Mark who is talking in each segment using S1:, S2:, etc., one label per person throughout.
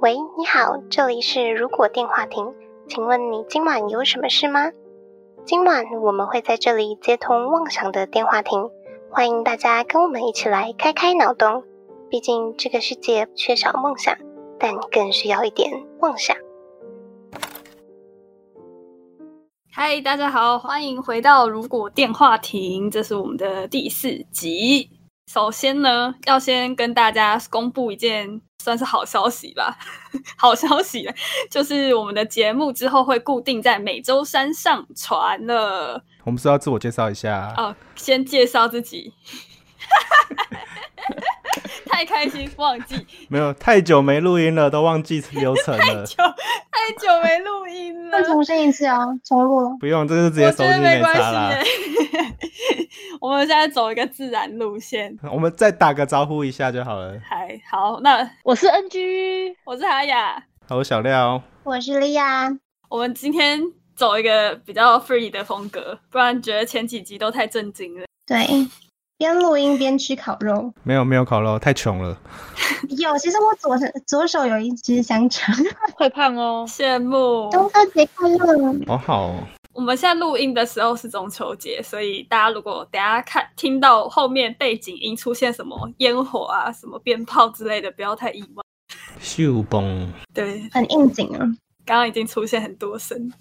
S1: 喂，你好，这里是如果电话亭，请问你今晚有什么事吗？今晚我们会在这里接通妄想的电话亭，欢迎大家跟我们一起来开开脑洞。毕竟这个世界缺少梦想，但更需要一点妄想。
S2: 嗨，大家好，欢迎回到《如果电话亭》，这是我们的第四集。首先呢，要先跟大家公布一件算是好消息吧， 好消息就是我们的节目之后会固定在每周三上传了。
S3: 我们是要自我介绍一下，
S2: 哦，先介绍自己， 太开心，忘记
S3: 没有太久没录音了，都忘记流程了。
S2: 就 太久没录音了
S4: 那，重新一次啊，重录了。
S3: 不用，这 个就直
S2: 我觉
S3: 接手
S2: 得
S3: 机
S2: 没关系
S3: 差啦。
S2: 欸。 我们现在走一个自然路线。
S3: 我们再打个招呼一下就好了。
S2: 嗨，好，那
S5: 我是 NG，
S2: 我是哈雅，
S3: 好，我小廖，
S4: 我是莉亚，
S2: 我们今天走一个比较 free 的风格，不然觉得前几集都太震惊了。
S4: 对，边录音边吃烤肉。
S3: 没有没有烤肉，太穷了。
S4: 有，其实我左手左手有一只香肠。
S5: 会胖哦。
S2: 羡慕。
S4: 中秋节快乐！
S3: 好好哦，
S2: 我们现在录音的时候是中秋节，所以大家如果等一下看听到后面背景音出现什么烟火啊、什么鞭炮之类的，不要太意外。
S3: 秀崩。
S2: 对，
S4: 很应景啊。
S2: 刚刚已经出现很多声。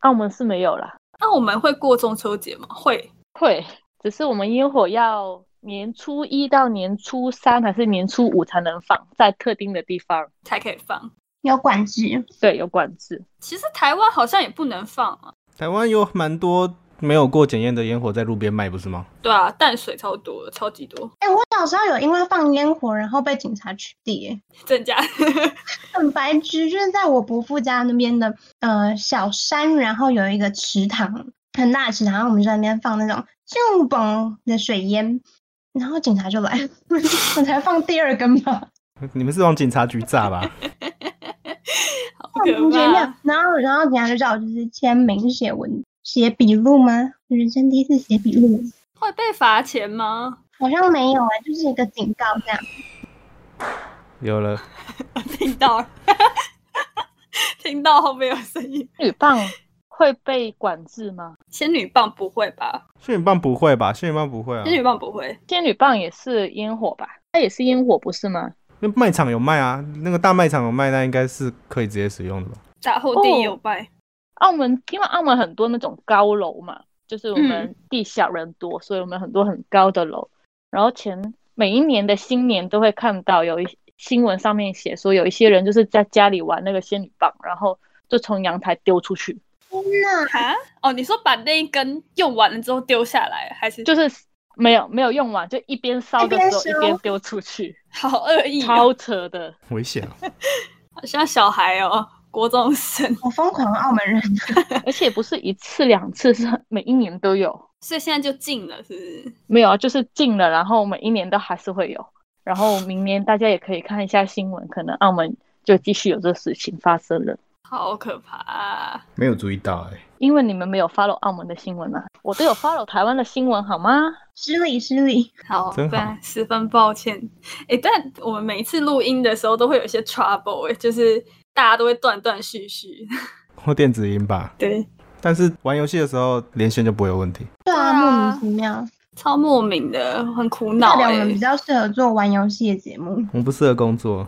S5: 澳门是没有啦，
S2: 那我们会过中秋节吗？会。
S5: 会，只是我们烟火要年初一到年初三还是年初五才能放，在特定的地方，
S2: 才可以放。
S4: 有管制，
S5: 对，有管制。
S2: 其实台湾好像也不能放啊，
S3: 台湾有蛮多没有过检验的烟火在路边卖，不是吗？
S2: 对啊，淡水超多的，超级多，
S4: 哎、我小时候有因为放烟火，然后被警察取缔，哎
S2: 真 假？
S4: 很白痴。就是在我伯父家那边的呃小山，然后有一个池塘，很大的池塘，然后我们就在那边放那种就嘣的水烟，然后警察就来了， 我才放第二根吧。
S3: 你们是往警察局 炸吧？
S2: 好
S4: 同
S2: 可
S4: 学
S2: 怕
S4: 那！然后然后等下就叫我就是签名写文写笔录吗？我人生第一次写笔录，
S2: 会被罚钱吗？
S4: 好像没有哎、就是一个警告这样。
S3: 有了，
S2: 听到了， 听到后面有声音。
S5: 女棒会被管制吗？
S2: 仙女棒不会吧？
S3: 仙女棒不会吧？仙女棒不会啊
S2: 仙，女棒不会，
S5: 仙女棒也是烟火吧？它也是烟火不是吗？
S3: 那卖场有卖啊，那个大卖场有卖，那应该是可以直接使用的吧？
S2: 大后地有拜。
S5: 澳门因为澳门很多那种高楼嘛，就是我们地小人多，所以我们很多很高的楼。然后前每一年的新年都会看到有一新闻上面写说，有一些人就是在家里玩那个仙女棒，然后就从阳台丢出去，
S4: 那
S2: 哈？哦，你说把那一根用完了之后丢下来，还是
S5: 就是没有没有用完，就一边烧的时候
S4: 一边烧
S5: 一边丢出去，
S2: 好恶意、哦？
S5: 超扯的。
S3: 危险啊！
S2: 好像小孩哦，国中生。
S4: 好疯狂的澳门人，
S5: 而且不是一次两次，是每一年都有。
S2: 所以现在就禁了，是不是？
S5: 没有啊，就是禁了，然后每一年都还是会有，然后明年大家也可以看一下新闻，可能澳门就继续有这事情发生了。
S2: 好可怕啊、
S3: 没有注意到哎、
S5: 因为你们没有 follow 澳门的新闻啊，我都有 follow 台湾的新闻，好吗？
S4: 失礼失礼。
S2: 好，
S3: 真好
S2: 不然十分抱歉。哎，但我们每一次录音的时候都会有一些 trouble，哎，就是大家都会断断续续。
S3: 或电子音吧。
S2: 对，
S3: 但是玩游戏的时候连线就不会有问题。
S4: 对啊，
S2: 对啊
S4: 莫名其妙。
S2: 超莫名的，很苦恼
S4: 代表我
S2: 哎、
S4: 们比较适合做玩游戏的节目。
S3: 我们不适合工作，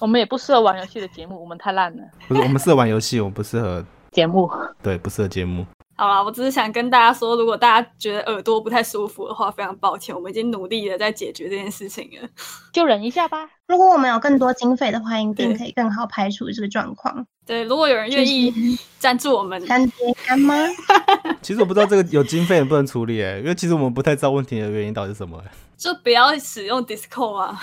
S5: 我们也不适合玩游戏的节目，我们太烂了。
S3: 不是我们适合玩游戏，我们不适合
S5: 节目
S3: 对不适合节目。
S2: 好啦，我只是想跟大家说，如果大家觉得耳朵不太舒服的话，非常抱歉，我们已经努力的在解决这件事情了。
S5: 就忍一下吧。
S4: 如果我们有更多经费的话，一定
S2: 对
S4: 可以更好排除这个状况。
S2: 对，如果有人愿意赞助我们，
S4: 干爹干妈，
S3: 其实我不知道这个有经费能不能处理、欸，因为其实我们不太知道问题的原因到底是什么、欸。
S2: 就不要使用 Discord 啊。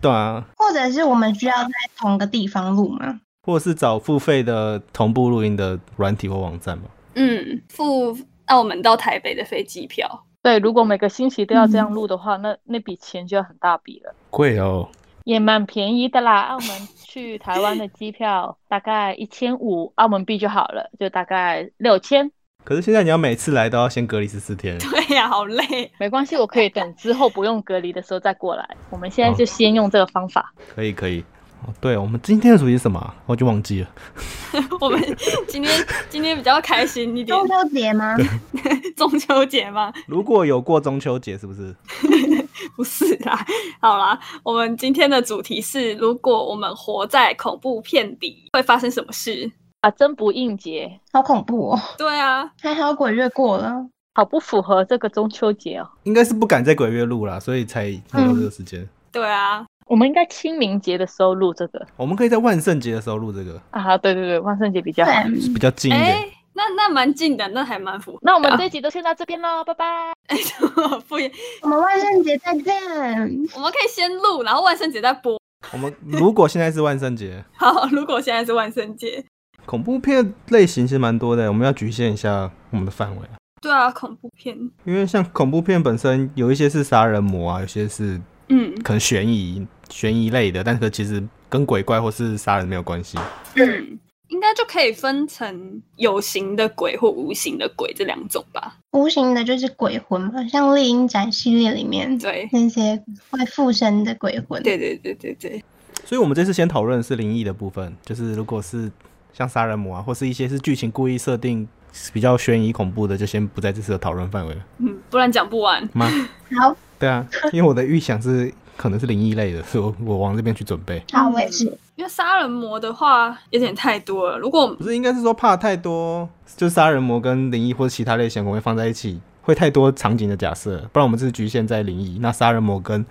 S3: 对啊，
S4: 或者是我们需要在同个地方录吗？
S3: 或者是找付费的同步录音的软体或网站嘛。
S2: 嗯，付澳门到台北的飞机票，
S5: 对，如果每个星期都要这样录的 话，那那笔钱就要很大笔了，
S3: 贵哦，
S5: 也蛮便宜的啦。澳门去台湾的机票大概一千五澳门币就好了，就大概六千，
S3: 可是现在你要每次来都要先隔离十四 天，
S2: 对呀、好累。
S5: 没关系，我可以等之后不用隔离的时候再过来。我们现在就先用这个方法。
S3: 可以可以。哦对，我们今天的主题是什么啊？我就忘记了。
S2: 我 们今天今天比较开心一点，
S4: 中秋节吗？
S2: 中秋节嘛，
S3: 如果有过中秋节，是不是？
S2: 不是啦，好啦，我们今天的主题是：如果我们活在恐怖片里，会发生什么事？
S5: 啊，真不应节，
S4: 好恐怖哦！
S2: 对啊，
S4: 还好鬼月过了，
S5: 好不符合这个中秋节哦。
S3: 应该是不敢在鬼月录啦，所以才挪到这个时间。
S2: 对啊，
S5: 我们应该清明节的时候录这个
S3: 我们可以在万圣节的时候录这个，
S5: 啊，对对对，万圣节比较好。
S4: 对，
S3: 比较近一
S2: 哎、
S3: 点。
S2: 那那蛮近的，那还蛮符合。
S5: 那我们
S3: 啊
S5: 这一集就先到这边喽，拜拜。
S2: 不也，
S4: 我们万圣节再见。
S2: 我们可以先录，然后万圣节再播。
S3: 我们如果现在是万圣节，
S2: 好，如果现在是万圣节，
S3: 恐怖片类型其实蛮多的，我们要局限一下我们的范围啊。
S2: 对啊，恐怖片，
S3: 因为像恐怖片本身有一些是杀人魔啊，有些是
S2: 嗯
S3: 可能悬疑悬疑类的，但是其实跟鬼怪或是杀人没有关系。
S2: 嗯，应该就可以分成有形的鬼或无形的鬼这两种吧。
S4: 无形的就是鬼魂嘛，像丽英展系列里面
S2: 对，
S4: 那些会附身的鬼魂。
S2: 对对对对对，
S3: 所以我们这次先讨论的是灵异的部分，就是如果是像杀人魔啊，或是一些是剧情故意设定比较悬疑恐怖的，就先不在这次的讨论范围了
S2: 嗯，不然讲不完。
S3: 吗？
S4: 好，
S3: 对啊，因为我的预想是可能是灵异类的，所以我我往这边去准备。
S4: 好，我也
S5: 嗯
S4: 是。
S2: 因为杀人魔的话有点太多了，如果我们
S3: 不是，应该是说怕太多，就杀人魔跟灵异或者其他类型我会放在一起，会太多场景的假设，不然我们是局限在灵异。那杀人魔跟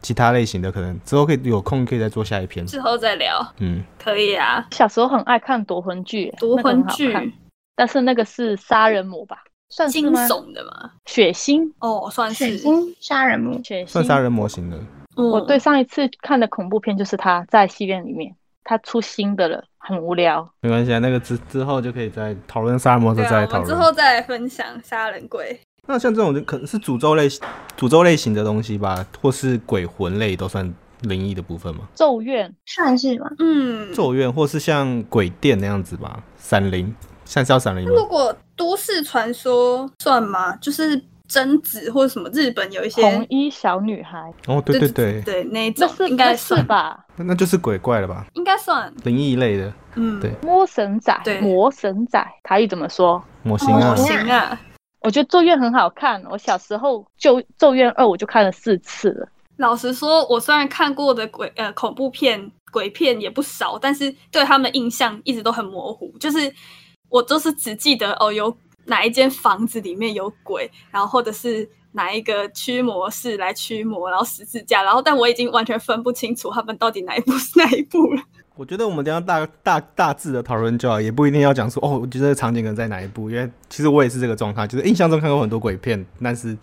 S3: 其他类型的，可能之后可以有空可以再做下一篇。
S2: 之后再聊，
S3: 嗯，
S2: 可以啊。
S5: 小时候很爱看夺魂剧，
S2: 夺
S5: 那个很
S2: 魂
S5: 好
S2: 剧、
S5: 看但是那个是杀人魔吧？算是
S2: 惊
S5: 吗？
S2: 悚的嘛，
S5: 血腥，
S2: 哦，算
S4: 水
S2: 是。
S4: 晶杀人魔，
S5: 血
S3: 算杀
S5: 腥。
S3: 人魔型的。
S2: 嗯
S5: 我对上一次看的恐怖片就是他在戏院里面，他出新的了，很无聊。
S3: 没关系啊，那个之之后就可以再讨论杀人魔的
S2: 对
S3: 时候再
S2: 啊
S3: 来，
S2: 我
S3: 讨
S2: 们之
S3: 论。
S2: 后再来分享杀人鬼。
S3: 那像这种就可能是诅咒类诅咒类型的东西吧，或是鬼魂类都算灵异的部分嘛。
S5: 咒怨
S4: 算是吧。
S2: 嗯，
S3: 咒怨或是像鬼店那样子吧，闪灵，像是要闪灵吗？
S2: 如果都市传说算吗？就是贞子或者什么日本有一些
S5: 红衣小女孩，
S3: 哦，对对对，
S2: 对那一
S5: 那
S2: 种
S5: 是
S2: 应该
S5: 那是
S2: 算，
S5: 吧？
S3: 那那就是鬼怪了吧？
S2: 应该算，
S3: 灵异类的
S2: 嗯，
S3: 对
S5: 魔神仔
S2: 对，
S5: 魔神仔，台语怎么说？
S3: 模型啊
S2: 模
S4: 哦，
S2: 型啊。
S5: 我觉得《咒怨》很好看，我小时候就《咒怨二》我就看了四次了。
S2: 老实说，我虽然看过的鬼呃恐怖片、鬼片也不少，但是对他们的印象一直都很模糊，就是我就是只记得哦有哪一间房子里面有鬼，然后或者是哪一个驱魔士来驱魔，然后十字架，然后但我已经完全分不清楚他们到底哪一部 是哪一部了。
S3: 我觉得我们等一下大大大致的讨论就好，也不一定要讲说哦，我觉得场景可能在哪一部，因为其实我也是这个状态，就是印象中看过很多鬼片，但是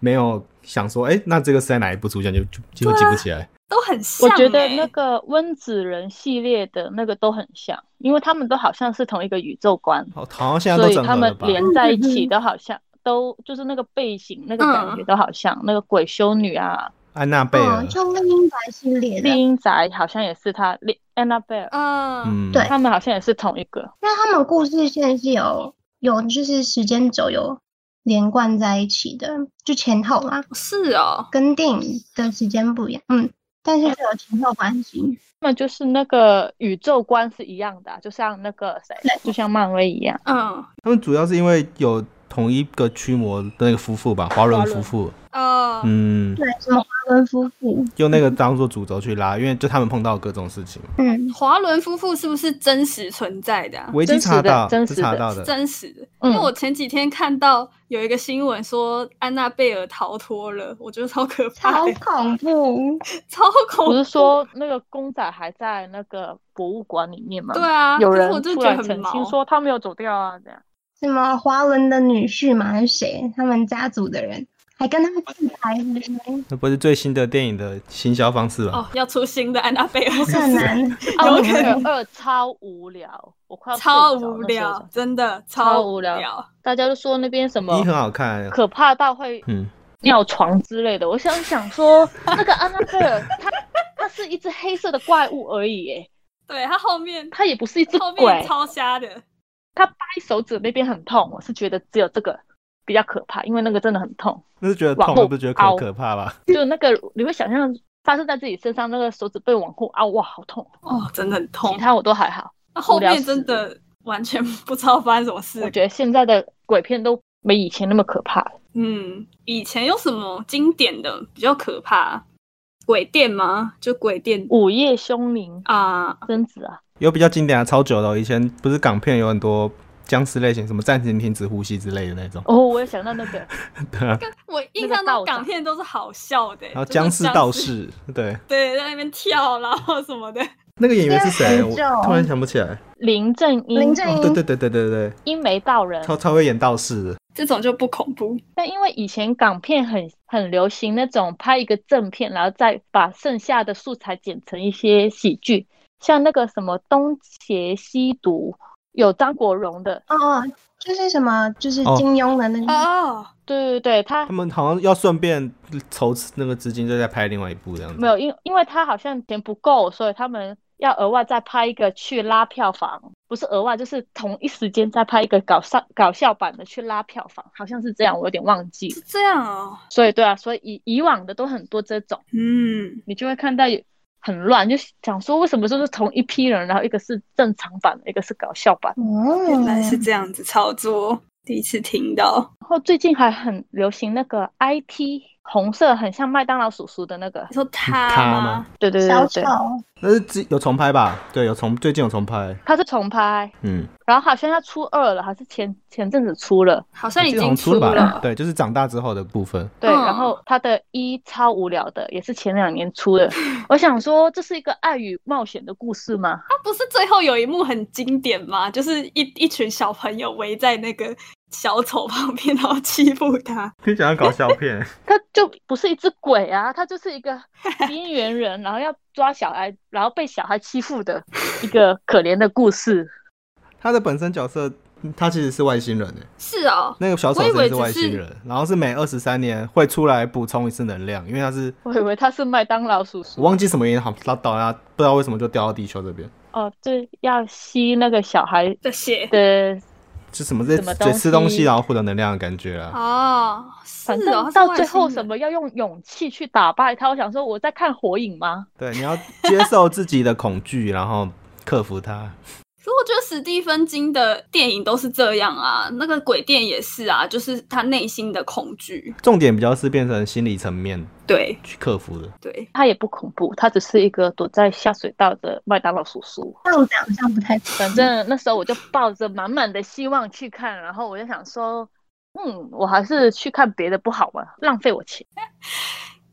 S3: 没有想说，哎、那这个是在哪一部出现，就就几
S5: 啊
S3: 乎记不起来。
S2: 都很像、
S5: 我
S2: 欸，
S5: 觉得那个温子仁系列的那个都很像，因为他们都好像是同一个宇宙观，
S3: 哦，好像现在
S5: 所
S3: 都
S5: 以
S3: 整
S5: 他
S3: 合了
S5: 们
S3: 吧？
S5: 连在一 起都好像，都就是那个背景那个
S2: 嗯
S5: 感觉都好像，那个鬼修女啊，
S3: 安娜贝尔
S4: 哦，，就丽英展系列
S3: 嗯
S4: 的，
S5: 丽
S4: 因
S5: 英宅好像也是他，丽安娜贝尔，
S2: 嗯，
S3: 嗯，
S4: 对
S5: 他们好像也是同一个。
S4: 为他们故事线是有有就是时间轴有连贯在一起的，就前后啦，
S2: 是哦，
S4: 跟电影的时间不一样。嗯，但是就有前后关系。
S5: 那么就是那个宇宙观是一样的啊、就像那个谁，就像漫威一样。
S2: 嗯，
S3: 他们主要是因为有同一个驱魔的那个夫妇吧，华伦夫妇，
S2: 哦，
S3: 嗯，
S4: 对，什么华伦夫妇，
S3: 用那个当做主轴去拉，因为就他们碰到各种事情。
S4: 嗯，
S2: 华伦夫妇是不是真实存在的、啊？
S3: 维基
S5: 哦真实
S3: 查
S5: 的
S3: 到，
S5: 真
S3: 是
S5: 实
S3: 查
S5: 的
S3: 到
S2: 是
S3: 的，
S2: 真实的，因
S5: 嗯
S2: 为我前几天看到有一个新闻说安娜贝尔逃脱了，我觉得超可怕
S4: 超
S2: 的，
S4: 恐怖。
S2: 超 恐
S5: 不
S2: 怖。
S5: 是说那个公仔还在那个博物馆里面吗？
S2: 对啊，
S5: 嗯有
S2: 可是
S5: 人
S2: 我就
S5: 突
S2: 觉得
S5: 然
S2: 很
S5: 澄
S2: 毛
S5: 清，说他没有走掉啊，这样。
S4: 什么华伦的女婿嘛，还是谁？他们家族的人还跟他们自拍，是不是？
S3: 那不是最新的电影的行销方式吧？
S2: 哦，要出新的安娜 贝尔，
S4: 这很难。
S5: 啊，
S2: 有
S5: 我
S2: 可
S5: 觉
S2: 能
S4: 哦
S5: 得二超无聊，我快要睡
S2: 超
S5: 着那时候
S2: 无聊
S5: 讲，
S2: 真的
S5: 超
S2: 无
S5: 无聊大家都说那边什么
S3: 一很好看，
S5: 可怕到会
S3: 嗯，
S5: 尿床之类的，我想 想说，那个安娜贝尔，它它是一只黑色的怪物而已，耶，
S2: 对他后面
S5: 它也不是一只
S2: 后面
S5: 鬼，
S2: 超瞎的，
S5: 它掰手指那边很痛，我是觉得只有这个比较可怕，因为那个真的很痛，
S3: 那是觉得
S5: 往
S3: 痛，
S5: 后
S3: 而不是觉得可
S5: 凹
S3: 可怕吧？
S5: 就那个你会想象发生在自己身上，那个手指被往后凹，哇，好痛！
S2: 哦，真的很
S5: 其
S2: 痛。
S5: 他我都还好。
S2: 那后
S5: 无聊
S2: 面
S5: 死
S2: 真的完全不知道发生什么
S5: 我
S2: 事。
S5: 觉得现在的鬼片都没以前那么可怕。
S2: 嗯，以前有什么经典的比较可怕？鬼店吗？就鬼店
S5: 午夜凶铃、
S2: 啊，
S5: 贞子啊，
S3: 有比较经典的超久的哦、以前不是港片有很多僵尸类型，什么暂停停止呼吸之类的那种，
S5: 哦，我也想到那个，
S3: 对 啊，
S2: 我印
S5: 那个
S2: 象
S5: 道
S2: 中
S5: 长
S2: 港片都是好笑的、欸
S3: 然后
S2: 就是
S3: 僵尸道士，对，
S2: 对，在那边跳，然后什么的。
S3: 那个演员是谁？
S4: 僵
S3: 我
S4: 尸咒
S3: 突然想不起来。
S5: 林正英、
S4: 林正
S3: 哦，
S4: 英，
S3: 对对对对对对，
S5: 英梅道人。
S3: 超超会演道士的。
S2: 这种就不恐怖，
S5: 但因为以前港片很很流行那种拍一个正片，然后再把剩下的素材剪成一些喜剧，像那个什么《东邪西毒》，有张国荣的，
S4: 哦，就是什么，就是
S3: 哦
S4: 金庸的那个，
S2: 哦，
S5: 对对对，他
S3: 他们好像要顺便筹那个资金，就再拍另外一部这样子。
S5: 没有，因因为他好像钱不够，所以他们要额外再拍一个去拉票房，不是额外，就是同一时间再拍一个搞笑搞笑版的去拉票房，好像是这样，我有点忘记
S2: 是。这样哦，
S5: 所以对啊，所以以以往的都很多这种，
S2: 嗯，
S5: 你就会看到有很乱，就想说为什么都是同一批人，然后一个是正常版的，一个是搞笑版。
S4: 哦，
S2: 原来是这样子操作，第一次听到。
S5: 然后最近还很流行那个 IT 红色，很像麦当劳叔叔的那个
S2: 你，说他
S3: 嗯他
S2: 吗
S3: 吗？
S5: 对对
S4: 小丑
S5: 对对，，
S3: 那是自有重拍吧？对，有重，最近有重拍。
S5: 它是重拍，
S3: 嗯，
S5: 然后好像要出二了，还是前前阵子出了。
S2: 好像
S3: 我
S2: 已
S3: 记得好
S2: 经
S3: 像出
S2: 了，
S3: 吧？对，就是长大之后的部分。
S5: 对，
S2: 嗯
S5: 然后他的一超无聊的，也是前两年出的。我想说，这是一个爱与冒险的故事吗？
S2: 他不是最后有一幕很经典吗？就是一一群小朋友围在那个小丑旁边，然后欺负他。
S3: 听讲搞笑片，
S5: 他就不是一只鬼啊，他就是 一个边缘人，然后要抓小孩，然后被小孩欺负的一个可怜的故事。
S3: 他的本身角色嗯他其实是外星人诶。欸
S2: 是哦，
S3: 那个小丑
S2: 我以
S3: 真
S2: 为
S3: 的是外星人，然后是每二十三年会出来补充一次能量，因为他是
S5: 我以为他是麦当劳叔
S3: 我
S5: 叔
S3: 忘记什么原因，好他倒下，不知道为什么就掉到地球这边，
S5: 哦，对，要吸那个小孩
S2: 这些
S5: 的，
S3: 就什么在
S5: 什么东
S3: 在
S5: 西
S3: 吃东西然后获得能量的感觉啊。
S2: 哦，是
S5: 反
S2: 哦，
S5: 正
S2: 他是
S5: 到
S2: 外
S5: 最后
S2: 星
S5: 什
S2: 人
S5: 么要用勇气去打败他。我想说，我在看火影吗？
S3: 对，你要接受自己的恐惧，然后克服它。
S2: 可是我觉得史蒂芬金的电影都是这样啊，那个鬼店也是啊，就是他内心的恐惧。
S3: 重点比较是变成心理层面
S2: 对
S3: 去克服的。
S2: 对，
S5: 他也不恐怖，他只是一个躲在下水道的麦当劳叔叔。
S4: 道长好像不太
S5: 反正那时候我就抱着满满的希望去看，然后我就想说，嗯，我还是去看别的不好吗？浪费我钱。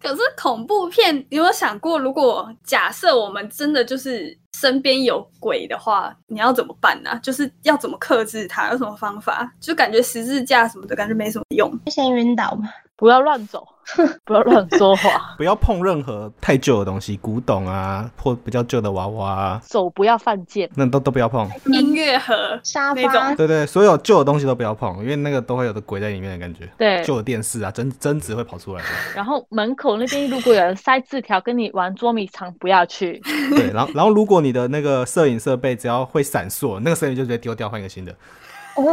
S2: 可是恐怖片，你有想过，如果假设我们真的就是身边有鬼的话，你要怎么办呢、就是要怎么克制它？有什么方法？就感觉十字架什么的，感觉没什么用。
S4: 先晕倒嘛。
S5: 不要乱走， 不要乱说话，
S3: 不要碰任何太旧的东西，古董啊，或比较旧的娃娃、啊，
S5: 手不要犯贱。
S3: 那都都不要碰。
S2: 音乐盒，
S4: 沙
S2: 那种
S4: 发，
S3: 对对，所有旧的东西都不要碰，因为那个都会有的鬼在里面的感觉。
S5: 对，
S3: 旧的电视啊，贞贞子会跑出来的。
S5: 然后门口那边如果有人塞字条跟你玩捉迷藏，不要去。
S3: 对，然后然后如果你的那个摄影设备只要会闪烁，那个摄影就直接丢掉，换一个新的，
S4: 哦，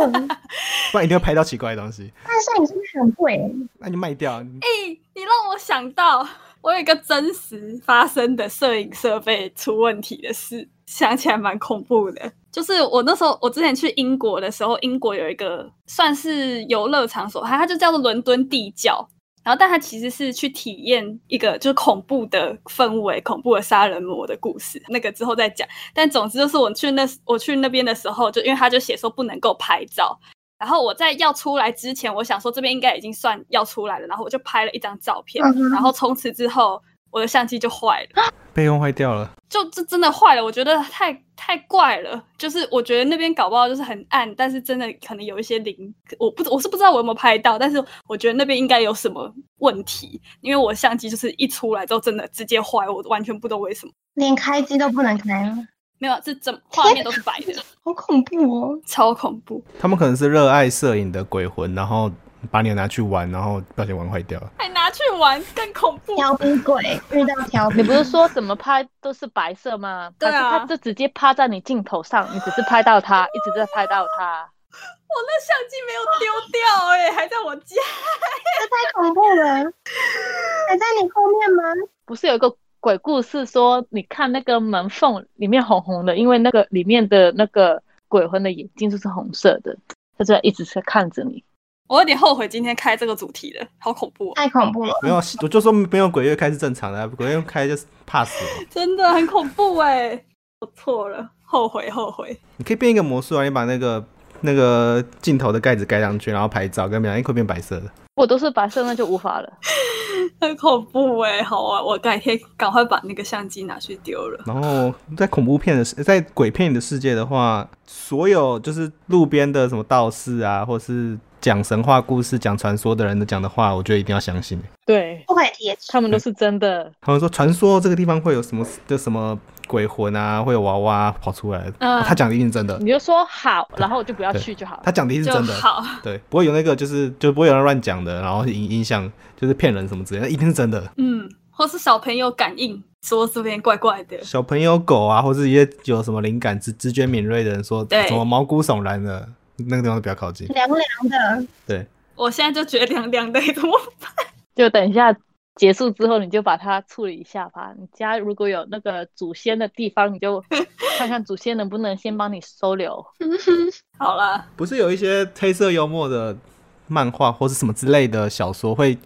S3: 不然一定会拍到奇怪的东西。
S4: 但摄影真的很贵，
S3: 那你卖掉，你
S2: 哎、你让我想到 我有一个真实发生的摄影设备出问题的事，想起来蛮恐怖的。就是我那时候，我之前去英国的时候，英国有一个算是游乐场所，它它就叫做伦敦地窖。然后，但它其实是去体验一个就是恐怖的氛围、恐怖的杀人魔的故事，那个之后再讲。但总之就是我去那 我去那边的时候，就因为他就写说不能够拍照，然后我在要出来之前，我想说这边应该已经算要出来了，然后我就拍了一张照片，
S4: 嗯哼
S2: 然后从此之后我的相机就坏了，
S3: 备用坏掉了，
S2: 就这真的坏了，我觉得太太怪了，就是我觉得那边搞不好就是很暗，但是真的可能有一些灵，我不我是不知道我有没有拍到，但是我觉得那边应该有什么问题，因为我相机就是一出来之后真的直接坏，我完全不懂为什么，
S4: 连开机都不能开了，
S2: 没有，这整画面都是白的，
S4: 好恐怖哦！
S2: 超恐怖。
S3: 他们可能是热爱摄影的鬼魂，然后把你拿去玩，然后不小心玩坏掉了。
S2: 还拿去玩更恐怖，
S4: 调皮鬼遇到调皮
S5: 你，不是说怎么拍都是白色吗？
S2: 对啊
S5: 他就直接趴在你镜头上，你只是拍到他，一直在拍到他。
S2: 我那相机没有丢掉哎、还在我家。
S4: 这太恐怖了，还在你后面吗？
S5: 不是有一个鬼故事说，你看那个门缝里面红红的，因为那个里面的那个鬼魂的眼睛就是红色的，它就一直在看着你。
S2: 我有点后悔今天开这个主题了，好恐怖、哦，
S4: 太恐怖了。
S3: 没有，我就说没有鬼月开是正常的啊，鬼月开就是怕死了。
S2: 真的很恐怖哎！我错了，后悔后悔。
S3: 你可以变一个魔术啊，你把那个那个镜头的盖子盖上去，然后拍照，跟别人一块变白色的。
S5: 我都是白色，那就无法了。
S2: 很恐怖哎、好啊，我改天赶快把那个相机拿去丢了。
S3: 然后在恐怖片的世，在鬼片的世界的话，所有就是路边的什么道士啊，或是讲神话故事、讲传说的人讲的话，我觉得一定要相信。
S5: 对
S4: 不可以贴纸，
S5: 他们都是真的，
S3: 他们说传说这个地方会有什么就什么鬼魂啊，会有娃娃跑出来。
S2: 嗯
S3: 哦他讲的一定是真的
S5: 你，就说好，然后我就不要去就好了。
S3: 他讲的一定是
S2: 就
S3: 真的。
S2: 好，
S3: 对，不会有那个就是就不会有人乱讲的，然后影影响就是骗人什么之类的，那一定是真的。
S2: 嗯，或是小朋友感应说这边怪怪的，
S3: 小朋友、狗啊，或是一些有什么灵感、直直觉敏锐的人说
S2: 对嗯
S3: 什么毛骨悚然的，那个地方都不要靠近。
S4: 凉凉的，
S3: 对，
S2: 我现在就觉得凉凉的， 怎么办？
S5: 就等一下结束之后，你就把它处理一下吧。你家如果有那个祖先的地方，你就看看祖先能不能先帮你收留。
S2: 好啦，
S3: 不是有一些黑色幽默的漫画或是什么之类的小说，会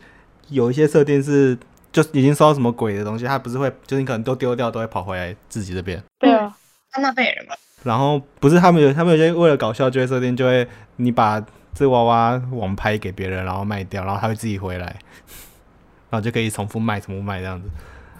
S3: 有一些设定是就已经收到什么鬼的东西，它不是会就是你可能都丢掉，都会跑回来自己这边。
S5: 对啊，
S4: 安娜贝尔嘛，
S3: 然后不是他们有他们有些为了搞笑就会设定，就会你把这娃娃网拍给别人，然后卖掉，然后他会自己回来，然后就可以重复卖、重复卖这样子。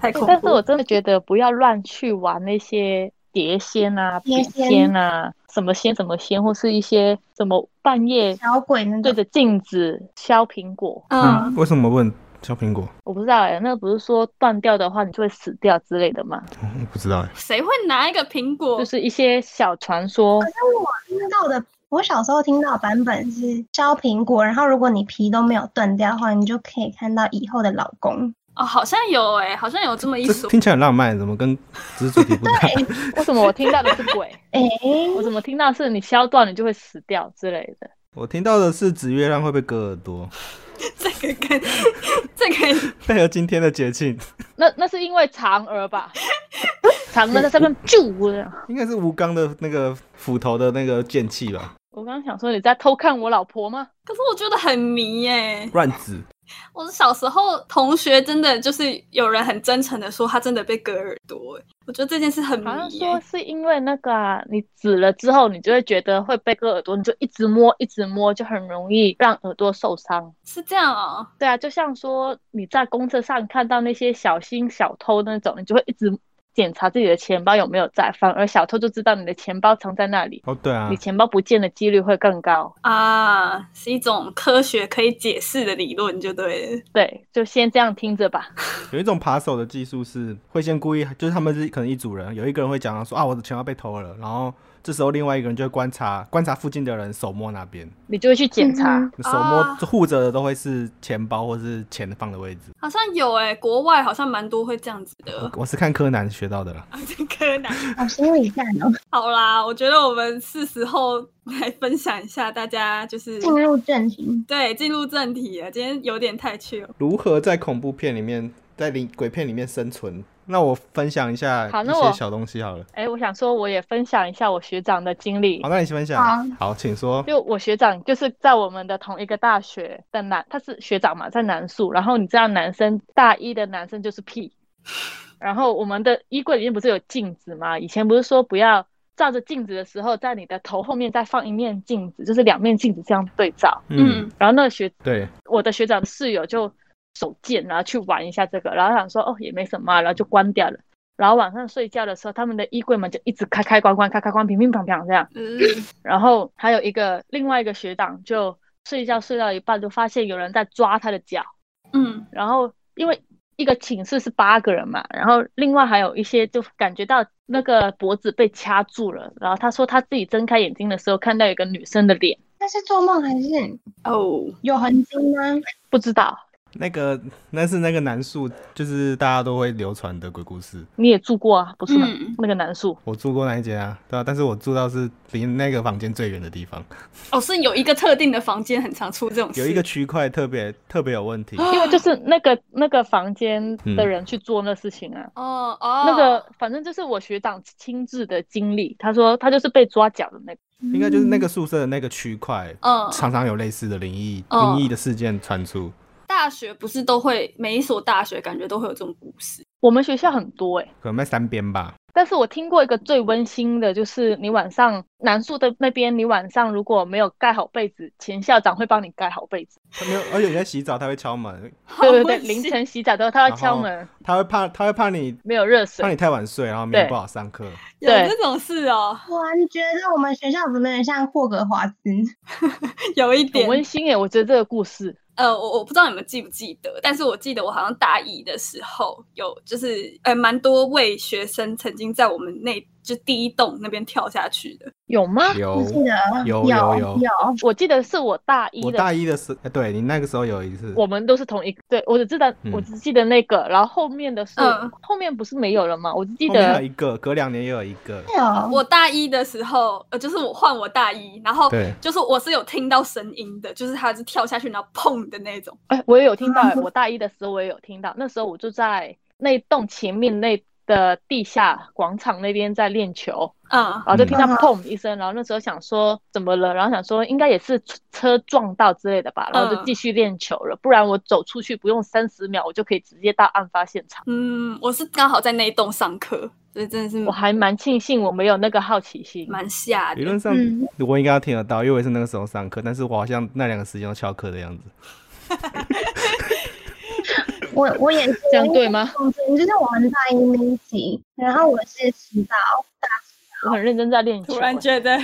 S2: 太恐怖了。
S5: 但是我真的觉得不要乱去玩那些碟仙啊、
S4: 碟
S5: 笔
S4: 仙
S5: 仙啊、什么仙什么仙，或是一些什么半夜
S4: 小鬼那
S5: 对
S4: 种，
S5: 着镜子削苹果。
S2: 嗯，
S3: 为什么问 削苹果？
S5: 我不知道哎、那不是说断掉的话你就会死掉之类的吗？
S3: 我不知道哎、
S2: 谁会拿一个苹果
S5: 就？是一些小传说
S4: 可。是我听到的，我小时候听到的版本是削苹果，然后如果你皮都没有断掉的话，你就可以看到以后的老公。
S2: 哦，好像有哎、好像有这么一
S3: 这
S2: 说。
S3: 听起来很浪漫，怎么跟只是主题不搭？
S5: 为什么我听到的是鬼？
S4: 哎、
S5: 我怎么听到是你削断你就会死掉之类的？
S3: 我听到的是紫月亮会被割耳朵，
S2: 这个跟这个
S3: 配合今天的节庆，
S5: 那那是因为嫦娥吧？嫦娥在上面啾的。
S3: 应该是吴刚的那个斧头的那个剑气吧？
S5: 我刚刚想说你在偷看我老婆吗？
S2: 可是我觉得很迷耶、
S3: 乱指，
S2: 我小时候同学真的就是有人很真诚的说他真的被割耳朵、欸，我觉得这件事很
S5: 好像
S2: 迷、欸耶。
S5: 说是因为那个啊，你指了之后，你就会觉得会被割耳朵，你就一直摸，一直摸，就很容易让耳朵受伤。
S2: 是这样哦。
S5: 对啊，就像说你在公车上看到那些小心小偷那种，你就会一直检查自己的钱包有没有在，反而小偷就知道你的钱包藏在那里，
S3: 哦对啊
S5: 你，钱包不见的几率会更高。
S2: 啊，是一种科学可以解释的理论，就对了。
S5: 对，就先这样听着吧。
S3: 有一种扒手的技术是会先故意，就是他们是可能一组人，有一个人会讲说啊我的钱包被偷了，然后这时候另外一个人就会观察观察附近的人手摸那边，
S5: 你就会去检查。
S4: 嗯
S3: 手摸
S2: 啊
S3: 护着的都会是钱包或是钱放的位置。
S2: 好像有哎、国外好像蛮多会这样子
S3: 我
S5: 呃
S2: 的。
S3: 我是看柯南学到的啦。
S2: 柯南，
S4: 好心理战哦，
S2: 好啦，我觉得我们是时候来分享一下大家就是
S4: 进入正题。
S2: 对进入正题了。今天有点太趣了，
S3: 如何在恐怖片里面，在灵鬼片里面生存？那我分享一下
S5: 好
S3: 一
S5: 那我
S3: 些小东西好了。
S5: 哎、我想说，我也分享一下我学长的经历
S3: 好，。那你先分享。好，请说。
S5: 就我学长就是在我们的同一个大学的男，他是学长嘛，在南宿。然后你知道，男生大一的男生就是屁。然后我们的衣柜里面不是有镜子吗？以前不是说不要照着镜子的时候，在你的头后面再放一面镜子，就是两面镜子这样对照。
S3: 嗯，
S5: 然后那个学
S3: 对，
S5: 我的学长室友就手贱，然后去玩一下这个，然后想说哦也没什么啊、然后就关掉了。然后晚上睡觉的时候，他们的衣柜门就一直开开关关，开开关，乒乒乓乓这样。
S2: 嗯，
S5: 然后还有一个另外一个学长就睡觉睡到一半，就发现有人在抓他的脚。
S2: 嗯，
S5: 然后因为一个寝室是八个人嘛，然后另外还有一些就感觉到那个脖子被掐住了。然后他说他自己睁开眼睛的时候看到有个女生的脸，
S4: 那是做梦还是
S2: 哦，
S4: 有痕迹吗？
S5: 不知道。
S3: 那个那是那个南树，就是大家都会流传的鬼故事。
S5: 你也住过啊，不是吗？
S2: 嗯
S5: 那个南树，
S3: 我住过那一间啊，对啊，但是我住到是离那个房间最远的地方，
S2: 哦，是有一个特定的房间很常出这种事，
S3: 有一个区块特别特别有问题。
S2: 嗯
S5: 因为就是
S2: 哦
S5: 那个那个房间的人去做那事情啊。
S2: 哦哦，
S5: 那个反正就是我学长亲自的经历，他说他就是被抓脚的那个，
S3: 应该就是那个宿舍的那个区块，
S5: 哦
S2: 嗯
S3: 常常有类似的灵异、
S2: 嗯
S3: 灵异的事件传出。
S2: 大学不是都会每一所大学感觉都会有这种故事，
S5: 我们学校很多欸诶、
S3: 可能在山边吧，
S5: 但是我听过一个最温馨的，就是你晚上南树的那边，你晚上如果没有盖好被子，前校长会帮你盖好被 子。
S3: 他没有，而且你在洗澡，他会敲门，
S5: 对对对，
S2: 好温馨
S5: 凌晨洗澡的时候他
S3: 然
S5: 会
S3: 后
S5: 敲门，
S3: 他会怕，他会怕你，
S5: 没有热
S3: 怕你
S5: 水。
S3: 太晚睡，然后明天
S5: 对
S3: 不好上课。
S2: 有
S5: 对
S2: 这种事哦，
S4: 突然觉得我们学校怎么很像霍格华兹？
S2: 有一
S5: 很
S2: 点
S5: 温馨耶，我觉得这个故事
S2: 呃，我我不知道你们记不记得，但是我记得我好像大一的时候有，就是呃，蛮多位学生曾经在我们那就第一栋那边跳下去的。
S5: 有吗？哦
S3: 有
S4: 我记得
S3: 有
S4: 有
S3: 有
S5: 我记得是我大一
S3: 我
S5: 的
S3: 大一的时候，哎对你那个时候有一次，
S5: 我们都是同一个，对我只记得、
S3: 嗯
S5: 我只记得那个，然后后面的是、
S2: 嗯
S5: 后面不是没有了吗？我只记
S3: 后面还有
S5: 得
S3: 一个，隔两年又有一个，
S4: 有，
S2: 我大一的时候，呃，就是我换我大一，然后
S3: 对
S2: 就是我是有听到声音的，就是他是跳下去然后砰的那种。
S5: 哎，我也有听到、哎我大一的时候我也有听到，那时候我就在那栋前面那的地下广场那边在练球，
S2: 嗯
S5: 然后就听到
S4: 嗯
S5: 砰一声，然后那时候想说怎么了，然后想说应该也是车车撞到之类的吧，然后就
S2: 嗯
S5: 继续练球了，不然我走出去不用三十秒，我就可以直接到案发现场。
S2: 嗯，我是刚好在那一栋上课，所以真的是
S5: 我还蛮庆幸我没有那个好奇心，
S2: 嗯蛮吓
S3: 理
S2: 的。
S3: 论上
S4: 嗯
S3: 我应该要听得到，因为我也是那个时候上课，但是我好像那两个时间都翘课的样子。
S4: 我我也是
S5: 这样对吗？
S4: 总之就是我们大一那一集，然后我是迟到，
S5: 我很认真在练球、
S2: 突然
S5: 哎
S2: 觉得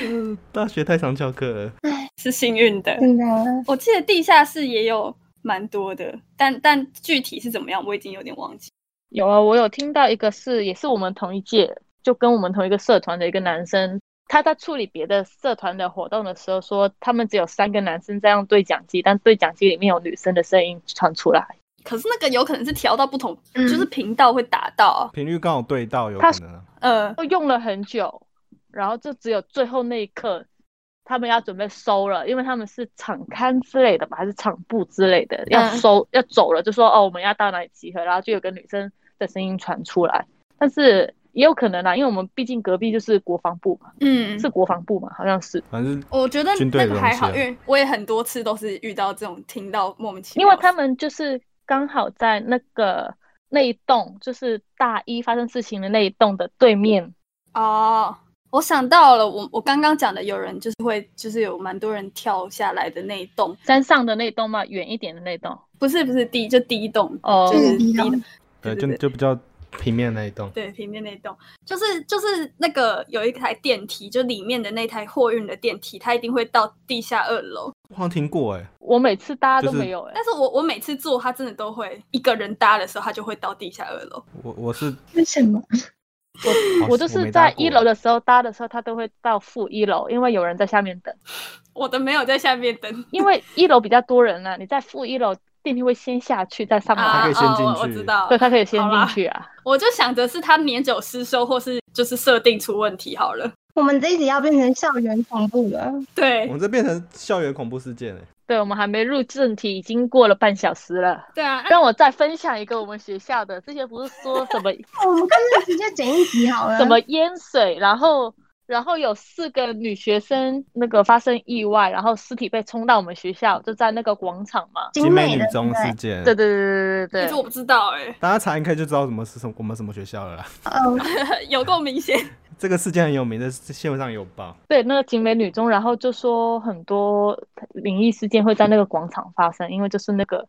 S3: 大学太常翘课了，
S2: 是幸运的，啊
S4: 真的
S2: 我记得地下室也有蛮多的，但但具体是怎么样，我已经有点忘记。
S5: 有啊，我有听到一个是也是我们同一届，就跟我们同一个社团的一个男生，他在处理别的社团的活动的时候说，他们只有三个男生这样对讲机，但对讲机里面有女生的声音传出来。
S2: 可是那个有可能是调到不同，
S4: 嗯
S2: 就是频道会打到啊。
S3: 频率刚好对到，有
S5: 他
S3: 可能啊。
S2: 呃，
S5: 都用了很久，然后就只有最后那一刻，他们要准备收了，因为他们是场刊之类的吧，还是场部之类的，要
S2: 嗯
S5: 收要走了，就说哦我们要到哪里集合，然后就有个女生的声音传出来，但是也有可能啦，因为我们毕竟隔壁就是国防部嘛，
S2: 嗯，
S5: 是国防部嘛，好像是，
S3: 反正
S2: 我觉得
S3: 军队
S2: 那个
S3: 的东
S2: 还
S3: 西
S2: 好，
S3: 啊
S2: 因为我也很多次都是遇到这种听到莫名其
S5: 因
S2: 妙的，
S5: 为他们就是刚好在那个那一栋，就是大一发生事情的那一栋的对面，
S2: 哦。我想到了，我我刚刚讲的，有人就是会，就是有蛮多人跳下来的那一栋，
S5: 山上的那一栋嘛，远一点的那一栋，
S2: 不是不是第一就第一栋，
S5: 哦
S2: 就，是
S4: 嗯第
S2: 第
S4: 一
S2: 一
S4: 栋
S2: 栋，
S3: 对，
S2: 对
S3: 呃就
S2: 对对
S3: 就比较平面那一栋。
S2: 对，平面那一栋，就是就是那个有一台电梯，就里面的那台货运的电梯，它一定会到地下二楼。
S3: 我好像听过哎、
S5: 我每次大家
S3: 就
S5: 都
S3: 是
S5: 没有哎、
S2: 但是我我每次坐，它真的都会一个人搭的时候，它就会到地下二楼。
S3: 我我是
S4: 为什么？
S3: 好
S5: 我就
S3: 哦我
S5: 是
S3: 没搭
S5: 在
S3: 过
S5: 一楼的时候搭的时候，他都会到负一楼，因为有人在下面等，
S2: 我的没有在下面等，
S5: 因为一楼比较多人啊，你在负一楼电梯会先下去再上
S3: 它可
S5: 来
S3: 以，先进
S2: 啊、我我
S3: 去
S2: 知道，
S5: 对，他可以先
S2: 好
S5: 进
S2: 啦
S5: 去啊。
S2: 我就想着是他年久失修，或是就是设定出问题好了。
S4: 我们这一集要变成校园恐怖了，
S3: 我
S2: 对
S3: 们这变成校园恐怖事件哎、
S5: 对，我们还没入正题，已经过了半小时了。
S2: 对啊，
S5: 让我再分享一个我们学校的，之前不是说什 么
S4: 我们干脆直接剪一集好了。
S5: 什么淹水，然后然后有四个女学生那个发生意外，然后尸体被冲到我们学校，就在那个广场嘛。
S4: 精
S3: 美
S4: 美
S3: 女
S4: 的
S3: 中
S4: 对
S3: 事件。
S5: 对对对对
S2: 其
S5: 对
S2: 实
S5: 对
S2: 我不知道哎、
S3: 大家查应该就知道什么是什么我们什么学校 了啦。
S4: 呃，
S2: 有够明显。
S3: 这个事件很有名，的新闻上有报。
S5: 对，那个景美女中，然后就说很多灵异事件会在那个广场发生，因为就是那个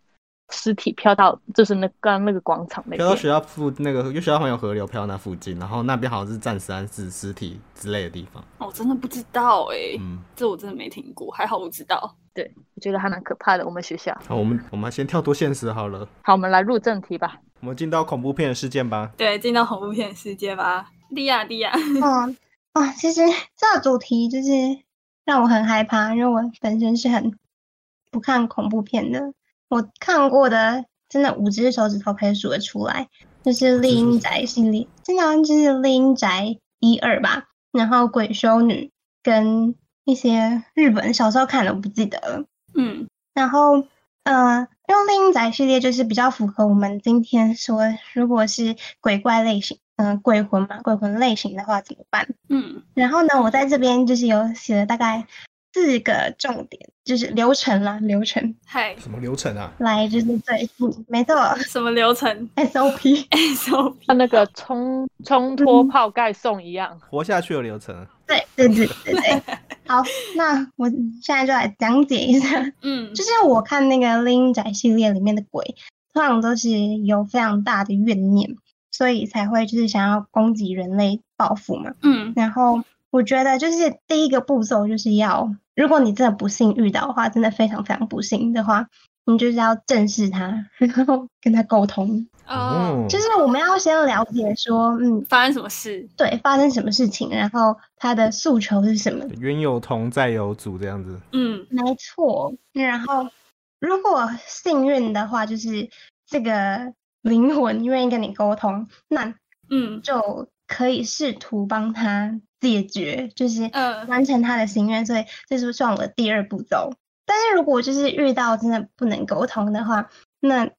S5: 尸体飘到就是那刚那个广场那
S3: 飘到
S5: 边。
S3: 学校附那个，因为学校好像有河流飘到那附近，然后那边好像是暂时安置尸体之类的地方。
S2: 我真的不知道哎、
S3: 嗯，
S2: 这我真的没听过，还好我知道。
S5: 对，我觉得还蛮可怕的。我们学校，
S3: 好，我们我们先跳脱现实好了，
S5: 好，我们来入正题吧。
S3: 我们进到恐怖片的事件吧。
S2: 对，进到恐怖片世界吧，莉亚莉亚，
S4: 哦哦，其实这个主题就是让我很害怕，因为我本身是很不看恐怖片的。我看过的，真的五只手指头可以数得出来，就是《丽英宅》系列，真的好像就是《丽英宅》一二吧，然后《鬼修女》跟一些日本小时候看的，我不记得了。
S2: 嗯，
S4: 然后，呃，因为《猎鹰宅》系列就是比较符合我们今天说，如果是鬼怪类型，嗯、鬼魂嘛，鬼魂类型的话怎么办？
S2: 嗯
S4: 然后呢，我在这边就是有写了大概四个重点，就是流程啦，流程
S2: 嗨，
S3: 什么流程啊？
S4: 来就是最嗯，没错
S2: 什么流程
S4: ，SOP，
S2: ？SOP
S5: 像那个冲冲脱
S4: 嗯
S5: 泡盖送一样。
S3: 活下去的流程，
S4: 对对对对对。好，那我现在就来讲解一下
S2: 嗯，
S4: 就是我看那个《灵宅》系列里面的鬼，通常都是有非常大的怨念，所以才会就是想要攻击人类报复嘛。
S2: 嗯
S4: 然后我觉得就是第一个步骤就是要，如果你真的不幸遇到的话，真的非常非常不幸的话，你就是要正视它，然后跟他沟通。
S2: 哦，
S3: 嗯
S4: 就是我们要先了解说，嗯，
S2: 发生什么事？
S4: 对，发生什么事情，然后他的诉求是什么。
S3: 冤有同债有主这样子，
S2: 嗯
S4: 没错，然后如果幸运的话，就是这个灵魂愿意跟你沟通，那
S2: 嗯
S4: 就可以试图帮他解决，就是
S2: 嗯
S4: 完成他的心愿。所以这就是算我的第二步骤。但是如果就是遇到真的不能沟通的话，那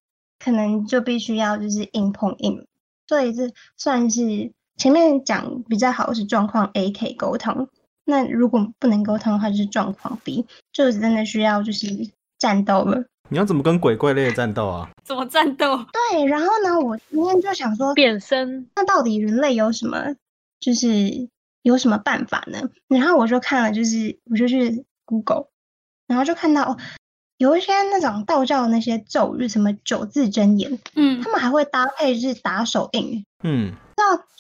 S4: 可能就必须要就是硬碰硬。所以这算是前面讲比较好是状况 A 可以沟通，那如果不能沟通的话，就是状况 B，就真的需要就是战斗了。
S3: 你要怎么跟鬼怪类的战斗啊？
S2: 怎么战斗？
S4: 对，然后呢，我今天就想说，
S5: 变身，
S4: 那到底人类有什么，就是有什么办法呢？然后我就看了，就是我就去 Google，然后就看到哦有一些那种道教的那些咒语，什么九字真言，
S2: 嗯
S4: 他们还会搭配就是打手印，
S3: 嗯，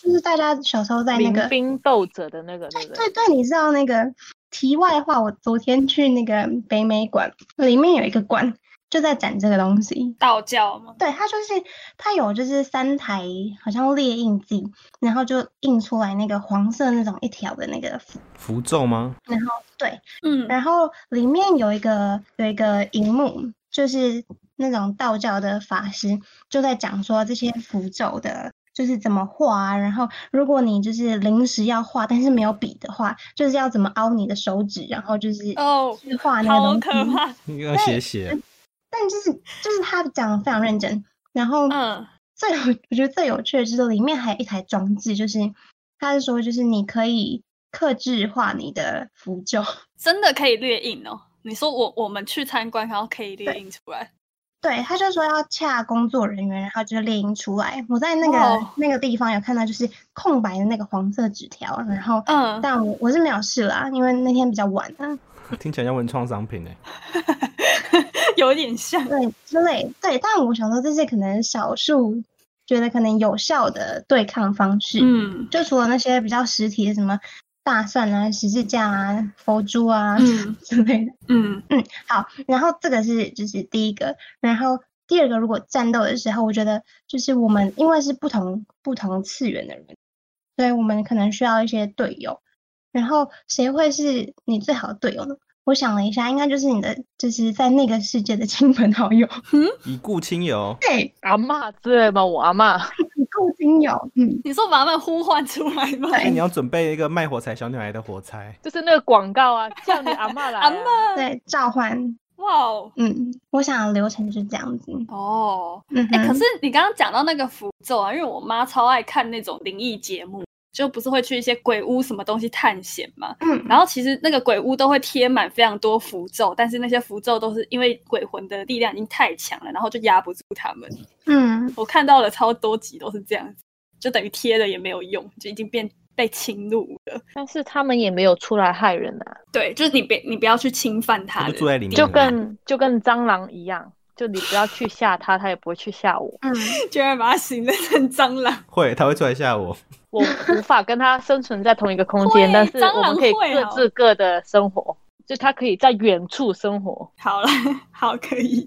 S4: 就是大家小时候在那
S5: 民
S4: 个
S5: 兵斗者的那个，对不对
S4: 对？对，你知道那个题外话，我昨天去那个北美馆，里面有一个馆就在展这个东西。
S2: 道教吗？
S4: 对，它就是它有就是三台好像列印机，然后就印出来那个黄色那种一条的那个符。
S3: 符咒吗？
S2: 嗯
S4: 然后里面有一个有一个荧幕，就是那种道教的法师就在讲说这些符咒的，就是怎么画啊。然后如果你就是临时要画，但是没有笔的话，就是要怎么凹你的手指，然后就是
S2: 哦
S4: 去画那个
S2: 好
S4: 东
S2: 可
S4: 西。
S2: 怕。
S3: 应该要写写，
S4: 但就是就是他讲的非常认真，然后
S2: 嗯
S4: 最有 我觉得最有趣的就是里面还有一台装置，就是他是说就是你可以克制化你的符咒。
S2: 真的可以列印哦。你说我我们去参观，然后可以列印出来，
S4: 对，他就说要洽工作人员，然后就列印出来。我在那个、
S2: 哇哦
S4: 那个地方有看到，就是空白的那个黄色纸条，然后，
S2: 嗯
S4: 但我我是没有试啦，因为那天比较晚啊，
S3: 听起来像文创商品哎、
S2: 有点像。
S4: 对之类，对，但我想说这是可能少数觉得可能有效的对抗方式，
S2: 嗯
S4: 就除了那些比较实体的什么大蒜啊、十字架啊、佛珠啊、
S2: 嗯
S4: 之类的。
S2: 嗯
S4: 嗯，好，然后这个是就是第一个，然后第二个，如果战斗的时候，我觉得就是我们因为是不同不同次元的人，所以我们可能需要一些队友。然后谁会是你最好的队友呢？我想了一下，应该就是你的，就是在那个世界的亲朋好友，
S3: 已故亲友，
S4: 对，
S5: 阿嬷之类吗？我阿嬷，
S4: 你够亲友，嗯，
S2: 你说把他们呼唤出来吗？
S3: 哎、你要准备一个卖火柴小女孩的火柴，
S5: 就是那个广告啊，叫你阿嬷来、啊。
S2: 阿嬷，
S4: 对，召唤，
S2: 哇哦
S4: 嗯，我想的流程就是这样子，
S2: 哦，
S4: 嗯哼，
S2: 哎、可是你刚刚讲到那个符咒啊，因为我妈超爱看那种灵异节目，就不是会去一些鬼屋什么东西探险嘛。
S4: 嗯，
S2: 然后其实那个鬼屋都会贴满非常多符咒，但是那些符咒都是因为鬼魂的力量已经太强了，然后就压不住他们。
S4: 嗯，
S2: 我看到了超多集都是这样子，就等于贴了也没有用，就已经变被侵入了。
S5: 但是他们也没有出来害人啊，
S2: 对，就是你别你不要去侵犯它
S3: 就
S2: 的
S3: 住在里面，
S5: 就跟
S3: 嗯
S5: 就跟蟑螂一样，就你不要去吓它，它也不会去吓我。
S4: 嗯，
S2: 居然把它形容成蟑螂，
S3: 会，他会出来吓我。
S5: 我无法跟它生存在同一个空
S2: 会
S5: 间，但是
S2: 蟑
S5: 我
S2: 螂
S5: 们可以
S2: 会
S5: 各
S2: 哦
S5: 自各的生活，就它可以在远处生活。
S2: 好了，好可以，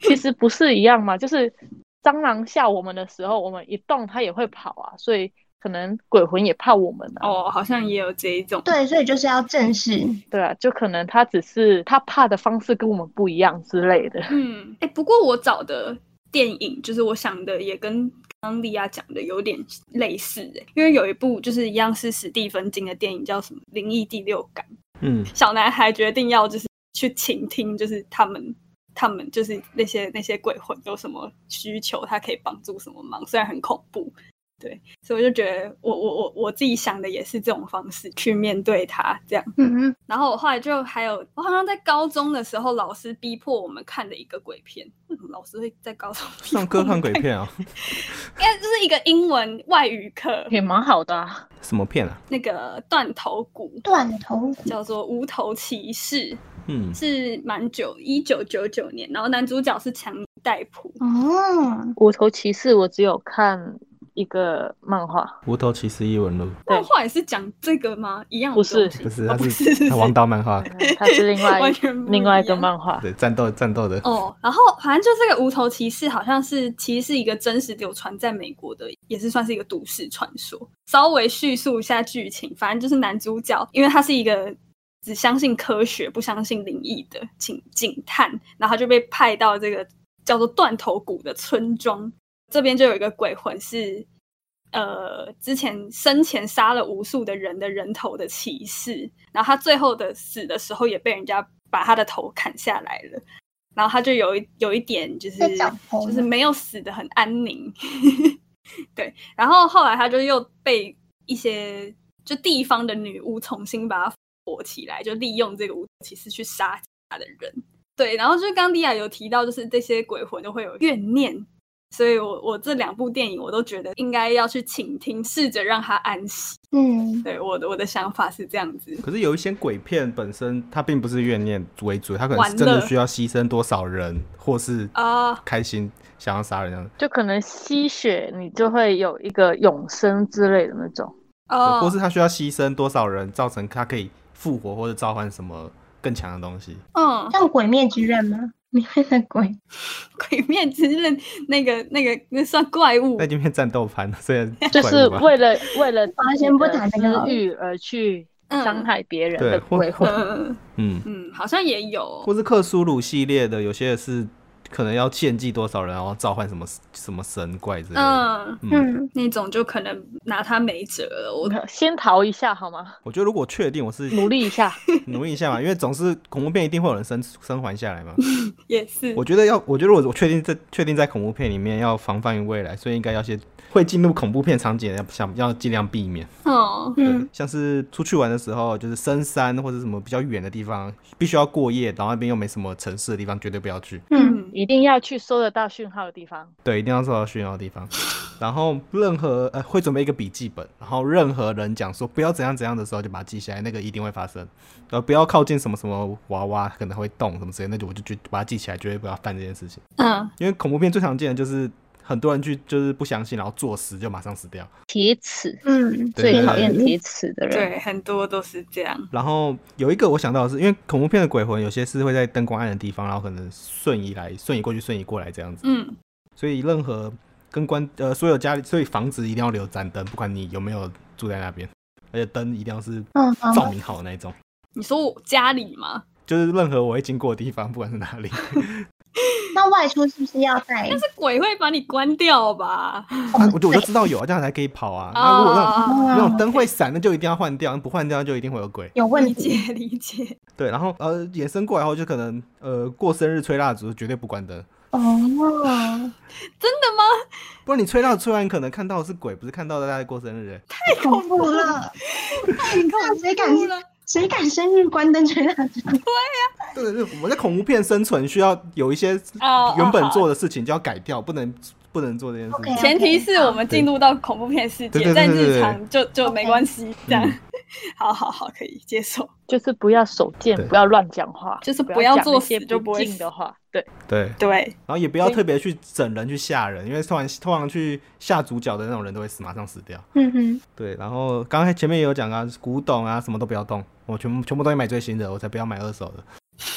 S5: 其实不是一样嘛，就是蟑螂吓我们的时候，我们一动它也会跑啊，所以可能鬼魂也怕我们啊。
S2: 哦，好像也有这一种。
S4: 对，所以就是要正视。
S5: 对啊，就可能他只是他怕的方式跟我们不一样之类的。
S2: 嗯，哎、不过我找的电影，就是我想的也跟刚刚莉亚讲的有点类似、欸，因为有一部就是一样是史蒂芬金的电影，叫什么《灵异第六感》，
S3: 嗯，
S2: 小男孩决定要就是去倾听，就是他们。他们就是那些那些鬼魂有什么需求，他可以帮助什么忙，虽然很恐怖，对，所以我就觉得我我我我自己想的也是这种方式去面对它，这样。
S4: 嗯嗯，
S2: 然后我后来就还有，我好像在高中的时候，老师逼迫我们看的一个鬼片。为什么老师会在高中逼迫
S3: 上课
S2: 我们
S3: 看鬼？片啊？
S2: 应该就是一个英文外语课，
S5: 也蛮好的、啊，
S3: 什么片啊？
S2: 那个断头谷
S4: 断头骨
S2: 叫做《无头骑士》，
S3: 嗯，
S2: 是蛮久，一九九九年，然后男主角是强尼戴普。
S4: 哦，
S5: 无头骑士我只有看一个漫画，
S3: 无头骑士异闻录
S5: 对
S2: 漫画也是讲这个吗？一样的
S5: 不是
S2: 东西
S3: 不是，
S2: 哦
S3: 它
S2: 不
S3: 是
S2: 是
S3: 它王道漫画，
S5: 嗯它是另 外
S2: 完全不
S5: 另外一个
S2: 样
S5: 漫画。
S3: 对，战斗战斗的，
S2: 哦，然后反正就这个无头骑士好像是其实是一个真实流传在美国的，也是算是一个都市传说。稍微叙述一下剧情，反正就是男主角，因为他是一个只相信科学不相信灵异的警警探，然后他就被派到这个叫做断头谷的村庄，这边就有一个鬼魂是。呃，之前生前杀了无数的人的人头的骑士，然后他最后的死的时候也被人家把他的头砍下来了，然后他就有一有一点就是
S4: 在长头吗
S2: 就是没有死的很安宁， 对。然后后来他就又被一些就地方的女巫重新把他火起来，就利用这个巫其实去杀其他的人，对。然后就是刚迪亚有提到，就是这些鬼魂都会有怨念。所以我我这两部电影我都觉得应该要去倾听，试着让他安息。
S4: 嗯，
S2: 对我的我的想法是这样子。
S3: 可是有一些鬼片本身它并不是怨念为主，它可能
S2: 玩
S3: 是真
S2: 乐
S3: 的需要牺牲多少人，或是
S2: 啊
S3: 开心想要杀人这样，
S5: 就可能吸血，你就会有一个永生之类的那种。
S2: 哦，
S3: 或是他需要牺牲多少人，造成他可以复活或者召唤什么更强的东西。
S2: 嗯，
S4: 像《鬼灭之刃》吗？里面的鬼，
S2: 鬼面之刃那个那个那算怪物
S3: 那已经变战斗盘了，虽然
S5: 就
S3: 怪
S5: 是
S3: 物吧
S5: 为了为了
S4: 好像先不谈这个好
S5: 私
S4: 了
S5: 欲而去伤害别人
S3: 嗯
S5: 的
S3: 对或
S5: 鬼魂，
S2: 嗯
S3: 嗯，
S2: 嗯，好像也有
S3: 或是克苏鲁系列的，有些是可能要献祭多少人，然后召唤什么什么神怪之类的。
S2: 嗯
S3: 嗯，
S4: 嗯，
S2: 那种就可能拿他没辙了。我
S5: 先逃一下好吗？
S3: 我觉得如果确定我是
S5: 努力一下，
S3: 努力一下嘛，因为总是恐怖片一定会有人生生还下来嘛。
S2: 也 是
S3: 我觉得要，我觉得我我确定在确定在恐怖片里面要防范于未来，所以应该要先会进入恐怖片场景的，要想要尽量避免。
S2: 哦，
S3: 对
S4: 嗯，
S3: 像是出去玩的时候，就是深山或者什么比较远的地方，必须要过夜，然后那边又没什么城市的地方，绝对不要去。
S4: 嗯，
S2: 嗯
S5: 一定要去搜得到讯号的地方。
S3: 对，一定要受到炫耀的地方。然后任何呃会准备一个笔记本，然后任何人讲说不要怎样怎样的时候，就把它记下来，那个一定会发生。呃，不要靠近什么什么娃娃，可能会动什么之类的，那就我就觉把它记起来，绝对不要犯这件事情。
S2: 嗯，
S3: 因为恐怖片最常见的就是很多人去就是不相信，然后作死就马上死掉。
S5: 铁齿，
S4: 嗯，
S3: 对
S5: 最
S3: 对
S5: 讨厌
S4: 对
S5: 铁齿的人。
S2: 对，很多都是这样。
S3: 然后有一个我想到的是，因为恐怖片的鬼魂有些是会在灯光暗的地方，然后可能瞬移来、瞬移过去、瞬移过来这样子。
S2: 嗯
S3: 所以任何跟关呃所有家里，所以房子一定要留盏灯，不管你有没有住在那边，而且灯一定要是
S4: 嗯，好
S3: 照明好的那一种。
S2: 你说我家里吗？
S3: 就是任何我会经过的地方，不管是哪里，
S4: 那外出是不是要带？
S2: 这鬼会把你关掉吧？
S3: 我就我就知道有啊，这样才可以跑啊。那如果那种
S2: 哦
S3: 那种
S4: 哦，
S3: 灯会闪，那就一定要换掉，不换掉就一定会有鬼。
S4: 有问
S2: 理
S4: 题，
S2: 解理解，
S3: 对，然后呃，衍生过来后就可能呃，过生日吹蜡烛绝对不关灯，
S4: 哦，
S2: 真的吗？
S3: 不然你吹蜡烛吹完可能看到的是鬼，不是看到大家在过生日欸。
S4: 太恐怖 了，
S2: 你
S4: 这样谁敢
S2: 哭了？
S4: 谁敢生日关灯吹蜡烛？
S3: 对对，对我们在恐怖片生存需要有一些
S2: 哦
S3: 原本
S2: 好
S3: 做的事情就要改掉，不能不能做这件事情。
S4: OK
S2: 前提是我们进入到恐怖片世界，
S3: 对对对
S2: 但
S3: 对对
S2: 日
S3: 对
S2: 常就就没关系，这样
S3: 嗯。
S2: 好好好，可以接受。
S5: 就是不要手贱
S3: 对，
S5: 不要乱讲话，
S2: 就是不
S5: 不
S2: 要
S5: 讲
S2: 作
S5: 那
S2: 死
S5: 些
S2: 就不
S5: 不
S2: 会
S5: 敬
S2: 死
S5: 的话。对，
S3: 对，
S2: 对，
S3: 然后也不要
S5: 所以
S3: 特别去整人去吓人，因为突然突然去吓主角的那种人都会死，马上死掉。
S4: 嗯哼，
S3: 对，然后刚才前面也有讲啊，古董啊什么都不要动，我全部全部都西买最新的，我才不要买二手的，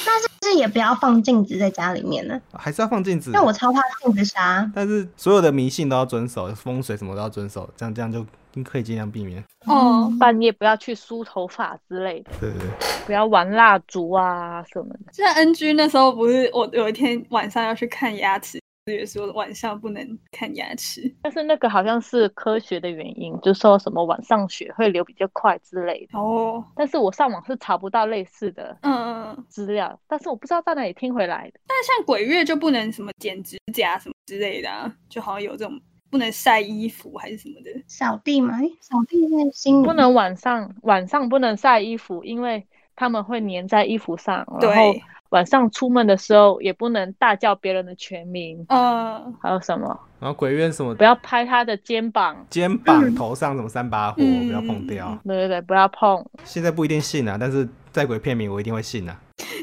S4: 但是也不要放镜子在家里面呢，
S3: 还是要放镜子。
S4: 但我超怕镜子杀。
S3: 但是所有的迷信都要遵守，风水什么都要遵守，这样这样就可以尽量避免。
S4: 嗯
S2: 哦，
S5: 半夜不要去梳头发之类的，
S3: 对对对，
S5: 不要玩蜡烛啊什么的。
S2: 就像 NG 那时候不是我有一天晚上要去看牙齿，也说晚上不能看牙齿。
S5: 但是那个好像是科学的原因，就说什么晚上血会流比较快之类的。
S2: 哦，
S5: 但是我上网是查不到类似的
S2: 嗯嗯嗯。
S5: 资料，但是我不知道在哪里听回来的。
S2: 但像鬼月就不能什么剪指甲什么之类的、啊，就好像有这种不能晒衣服还是什么的。
S4: 扫地嘛，诶扫地在心里
S5: 不能晚上晚上不能晒衣服，因为他们会粘在衣服上。然后
S2: 对，
S5: 晚上出门的时候也不能大叫别人的全名，
S2: 呃，
S5: 还有什么
S3: 然后鬼月什么
S5: 不要拍他的肩膀。
S3: 肩膀、头上什么三把火，
S2: 嗯
S3: 不要碰掉。
S5: 对对对，不要碰。
S3: 现在不一定信啊，但是在鬼片名我一定会信啊。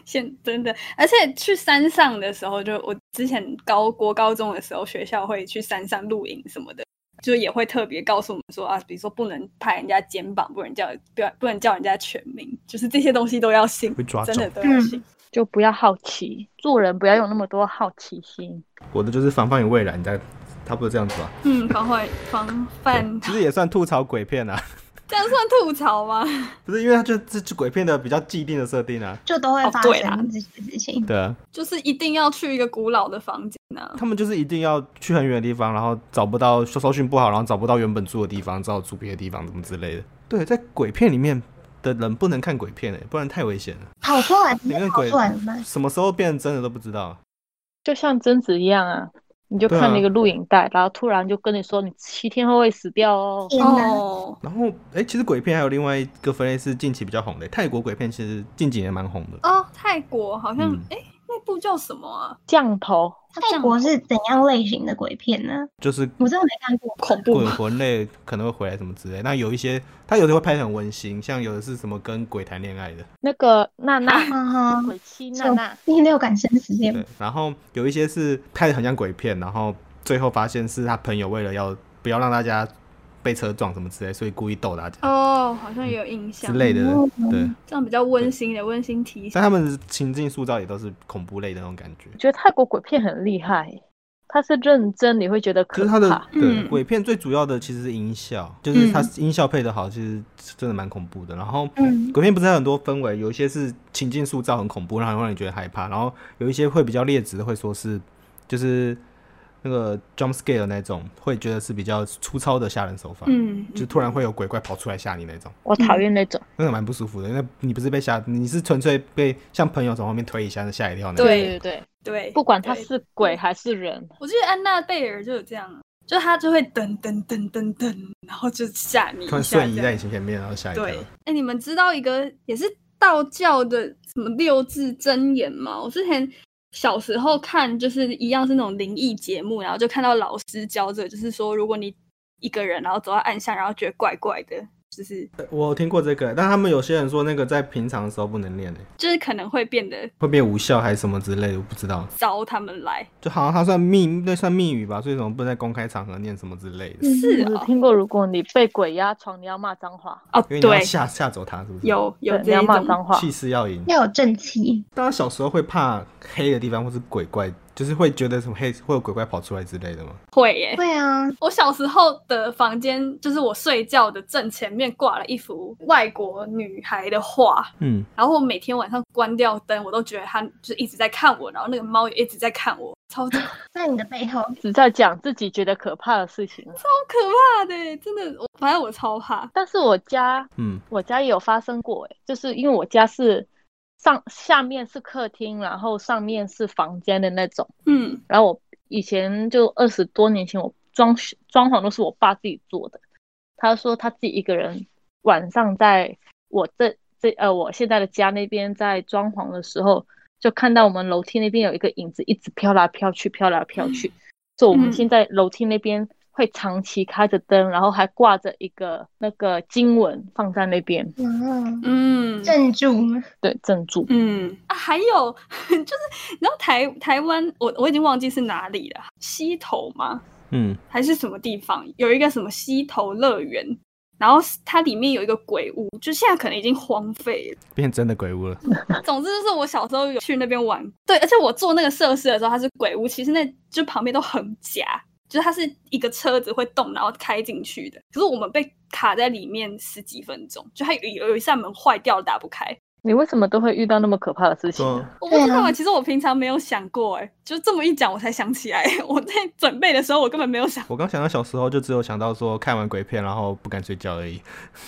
S2: 现真的，而且去山上的时候就，我之前高国高中的时候，学校会去山上露营什么的，就也会特别告诉我们说啊，比如说不能拍人家肩膀，不能叫不要不能叫人家全名，就是这些东西都要信
S3: 会，抓
S2: 真的都要
S4: 嗯
S2: 信。
S5: 就不要好奇，做人不要有那么多好奇心。
S3: 我的就是防范于未然，大概差不多这样子 吧。
S2: 嗯，防坏防范，
S3: 其实也算吐槽鬼片啊，
S2: 这样算吐槽吗？
S3: 不是因为它就这这鬼片的比较既定的设定啊。
S4: 就都会
S2: 哦
S4: 发
S2: 对啦
S4: 生这些事情。
S3: 对啊，
S2: 就是一定要去一个古老的房间啊呢、
S3: 他们就是一定要去很远的地方，然后找不到搜搜寻不好，然后找不到原本住的地方，只好住别的地方，怎么之类的。对，在鬼片里面的人不能看鬼片诶、欸不然太危险了。
S4: 跑出来不
S3: 里面
S4: 是
S3: 的
S4: 跑
S3: 鬼
S4: 出来了吗？
S3: 什么时候变成真的都不知道。
S5: 就像贞子一样啊，你就
S3: 对啊
S5: 看了一个录影带，然后突然就跟你说你七天后会死掉哦。
S4: 天哪！
S2: 哦，
S3: 然后，哎、其实鬼片还有另外一个分类是近期比较红的、泰国鬼片其实近几年蛮红的。
S2: 哦，泰国好像
S3: 嗯
S2: 哎、诶那部叫什么啊？
S5: 降头，
S4: 泰国是怎样类型的鬼片呢？
S3: 就是
S4: 我真的没看过。
S2: 恐怖
S3: 鬼
S2: 吗？
S3: 魂类可能会回来什么之类。那有一些，他有的会拍得很温馨，像有的是什么跟鬼谈恋爱的，
S5: 那个娜娜，
S4: 哈啊
S2: 啊
S4: 哈，
S5: 鬼妻娜娜，
S4: 第六感生死恋
S3: 对。然后有一些是拍的很像鬼片，然后最后发现是他朋友为了要不要让大家被车撞什么之类，所以故意逗大家
S2: 哦，好像也有印
S3: 之
S2: 象，
S3: 类的。
S4: 哦
S3: 对，
S2: 这样比较温馨的温馨提醒
S3: 但。他们的情境塑造也都是恐怖类的那种感觉。
S5: 我觉得泰国鬼片很厉害，他是认真，你会觉得
S3: 可
S5: 可
S3: 是它的
S5: 怕。
S3: 对
S2: 嗯
S3: 鬼片最主要的其实是音效，就是它
S2: 嗯
S3: 音效配的好，其实真的蛮恐怖的。然后
S4: 嗯
S3: 鬼片不是还有很多氛围，有一些是情境塑造很恐怖，然后让你觉得害怕，然后有一些会比较劣质的，会说是就是那个 jump scare 的那种，会觉得是比较粗糙的吓人手法，
S2: 嗯，
S3: 就突然会有鬼怪跑出来吓你那种，
S5: 我讨厌那种，
S3: 那个蛮不舒服的。那你不是被吓，你是纯粹被像朋友从后面推一下吓一跳那种。
S2: 对
S5: 对对，
S2: 对，
S5: 不管他
S2: 对
S5: 是鬼还是人，
S2: 我记得安娜贝尔就有这样，啊就她就会噔噔噔噔噔，然后就吓你一
S3: 突然
S2: 下
S3: 瞬移
S2: 这
S3: 在你
S2: 样。
S3: 前面，然后吓一跳。
S2: 对，哎，你们知道一个也是道教的什么六字真言吗？我之前小时候看，就是一样是那种灵异节目，然后就看到老师教这个，就是说如果你一个人然后走到暗巷，然后觉得怪怪的，就是
S3: 我有听过这个，但他们有些人说那个在平常的时候不能练诶、
S2: 就是可能会变得
S3: 会变无效还是什么之类的，我不知道。
S2: 招他们来。
S3: 就好像它算密，那算密语吧，所以怎么不能在公开场合念什么之类的？
S2: 是
S5: 嗯我
S2: 啊、
S5: 只听过如果你被鬼压床，你要骂脏话，
S2: 哦，
S3: 因为你要
S2: 对，
S3: 吓吓走他，是不是？
S2: 有有
S5: 对你
S2: 这
S5: 要
S2: 一
S5: 骂
S2: 种
S5: 脏话，
S3: 气势要赢。
S4: 要有正气，
S3: 大家小时候会怕黑的地方或是鬼怪，就是会觉得什么黑会有鬼怪跑出来之类的吗？
S2: 会耶、
S4: 对啊，
S2: 我小时候的房间，就是我睡觉的正前面挂了一幅外国女孩的画，
S3: 嗯，
S2: 然后我每天晚上关掉灯，我都觉得她就是一直在看我，然后那个猫也一直在看我，超级 超
S4: 在你的背后，
S5: 只在讲自己觉得可怕的事情。
S2: 可怕的耶，真的，我反正我超怕。
S5: 但是我家
S3: 嗯，
S5: 我家也有发生过、欸，就是因为我家是上下面是客厅，然后上面是房间的那种。
S2: 嗯，
S5: 然后我以前就二十多年前，我装修装潢都是我爸自己做的。他说他自己一个人晚上在我这这呃我现在的家那边在装潢的时候，就看到我们楼梯那边有一个影子一直飘来飘去，飘来飘去。所以我们
S2: 嗯
S5: 现在楼梯那边会长期开着灯，然后还挂着一个那个经文放在那边，
S4: 嗯，
S2: 嗯
S4: 镇住，
S5: 对，镇住。
S2: 嗯啊，还有 就是，你知道台台湾，我我已经忘记是哪里了，溪头吗？
S3: 嗯，
S2: 还是什么地方有一个什么溪头乐园，然后它里面有一个鬼屋，就现在可能已经荒废了。
S3: 变真的鬼屋了。
S2: 总之就是我小时候有去那边玩，对，而且我做那个设施的时候，它是鬼屋，其实那就旁边都很假，就是它是一个车子会动，然后开进去的。可是我们被卡在里面十几分钟，就它有有一扇门坏掉了，打不开。
S5: 你为什么都会遇到那么可怕的事情
S3: 对
S5: 啊？
S3: 啊，
S2: 我不知道啊，其实我平常没有想过、哎，就这么一讲，我才想起来， 我在准备的时候我根本没有想，
S3: 我刚想到小时候就只有想到说看完鬼片然后不敢睡觉而已，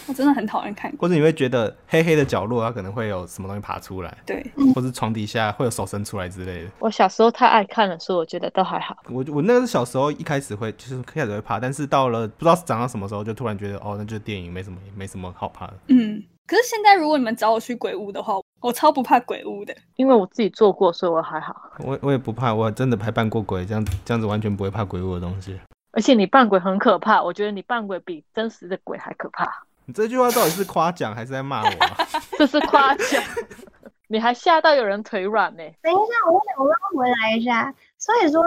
S2: 我真的很讨厌看鬼。
S3: 或者你会觉得黑黑的角落它可能会有什么东西爬出来，
S2: 对，
S3: 或是床底下会有手伸出来之类的。
S5: 我小时候太爱看了，所以我觉得都还好。
S3: 我我那个是小时候一开始会就是开始会怕，但是到了不知道是长到什么时候就突然觉得哦，那就是电影没什么没什么好怕的。
S2: 嗯。可是现在如果你们找我去鬼屋的话，我超不怕鬼屋的。
S5: 因为我自己做过，所以我还好。
S3: 我我也不怕，我真的还扮过鬼，这样这样子完全不会怕鬼屋的东西。
S5: 而且你扮鬼很可怕，我觉得你扮鬼比真实的鬼还可怕，
S3: 你这句话到底是夸奖还是在骂我、啊？
S5: 这是夸奖。 你还吓到有人腿软呢、
S4: 等一下，我想拉回来一下。所以说，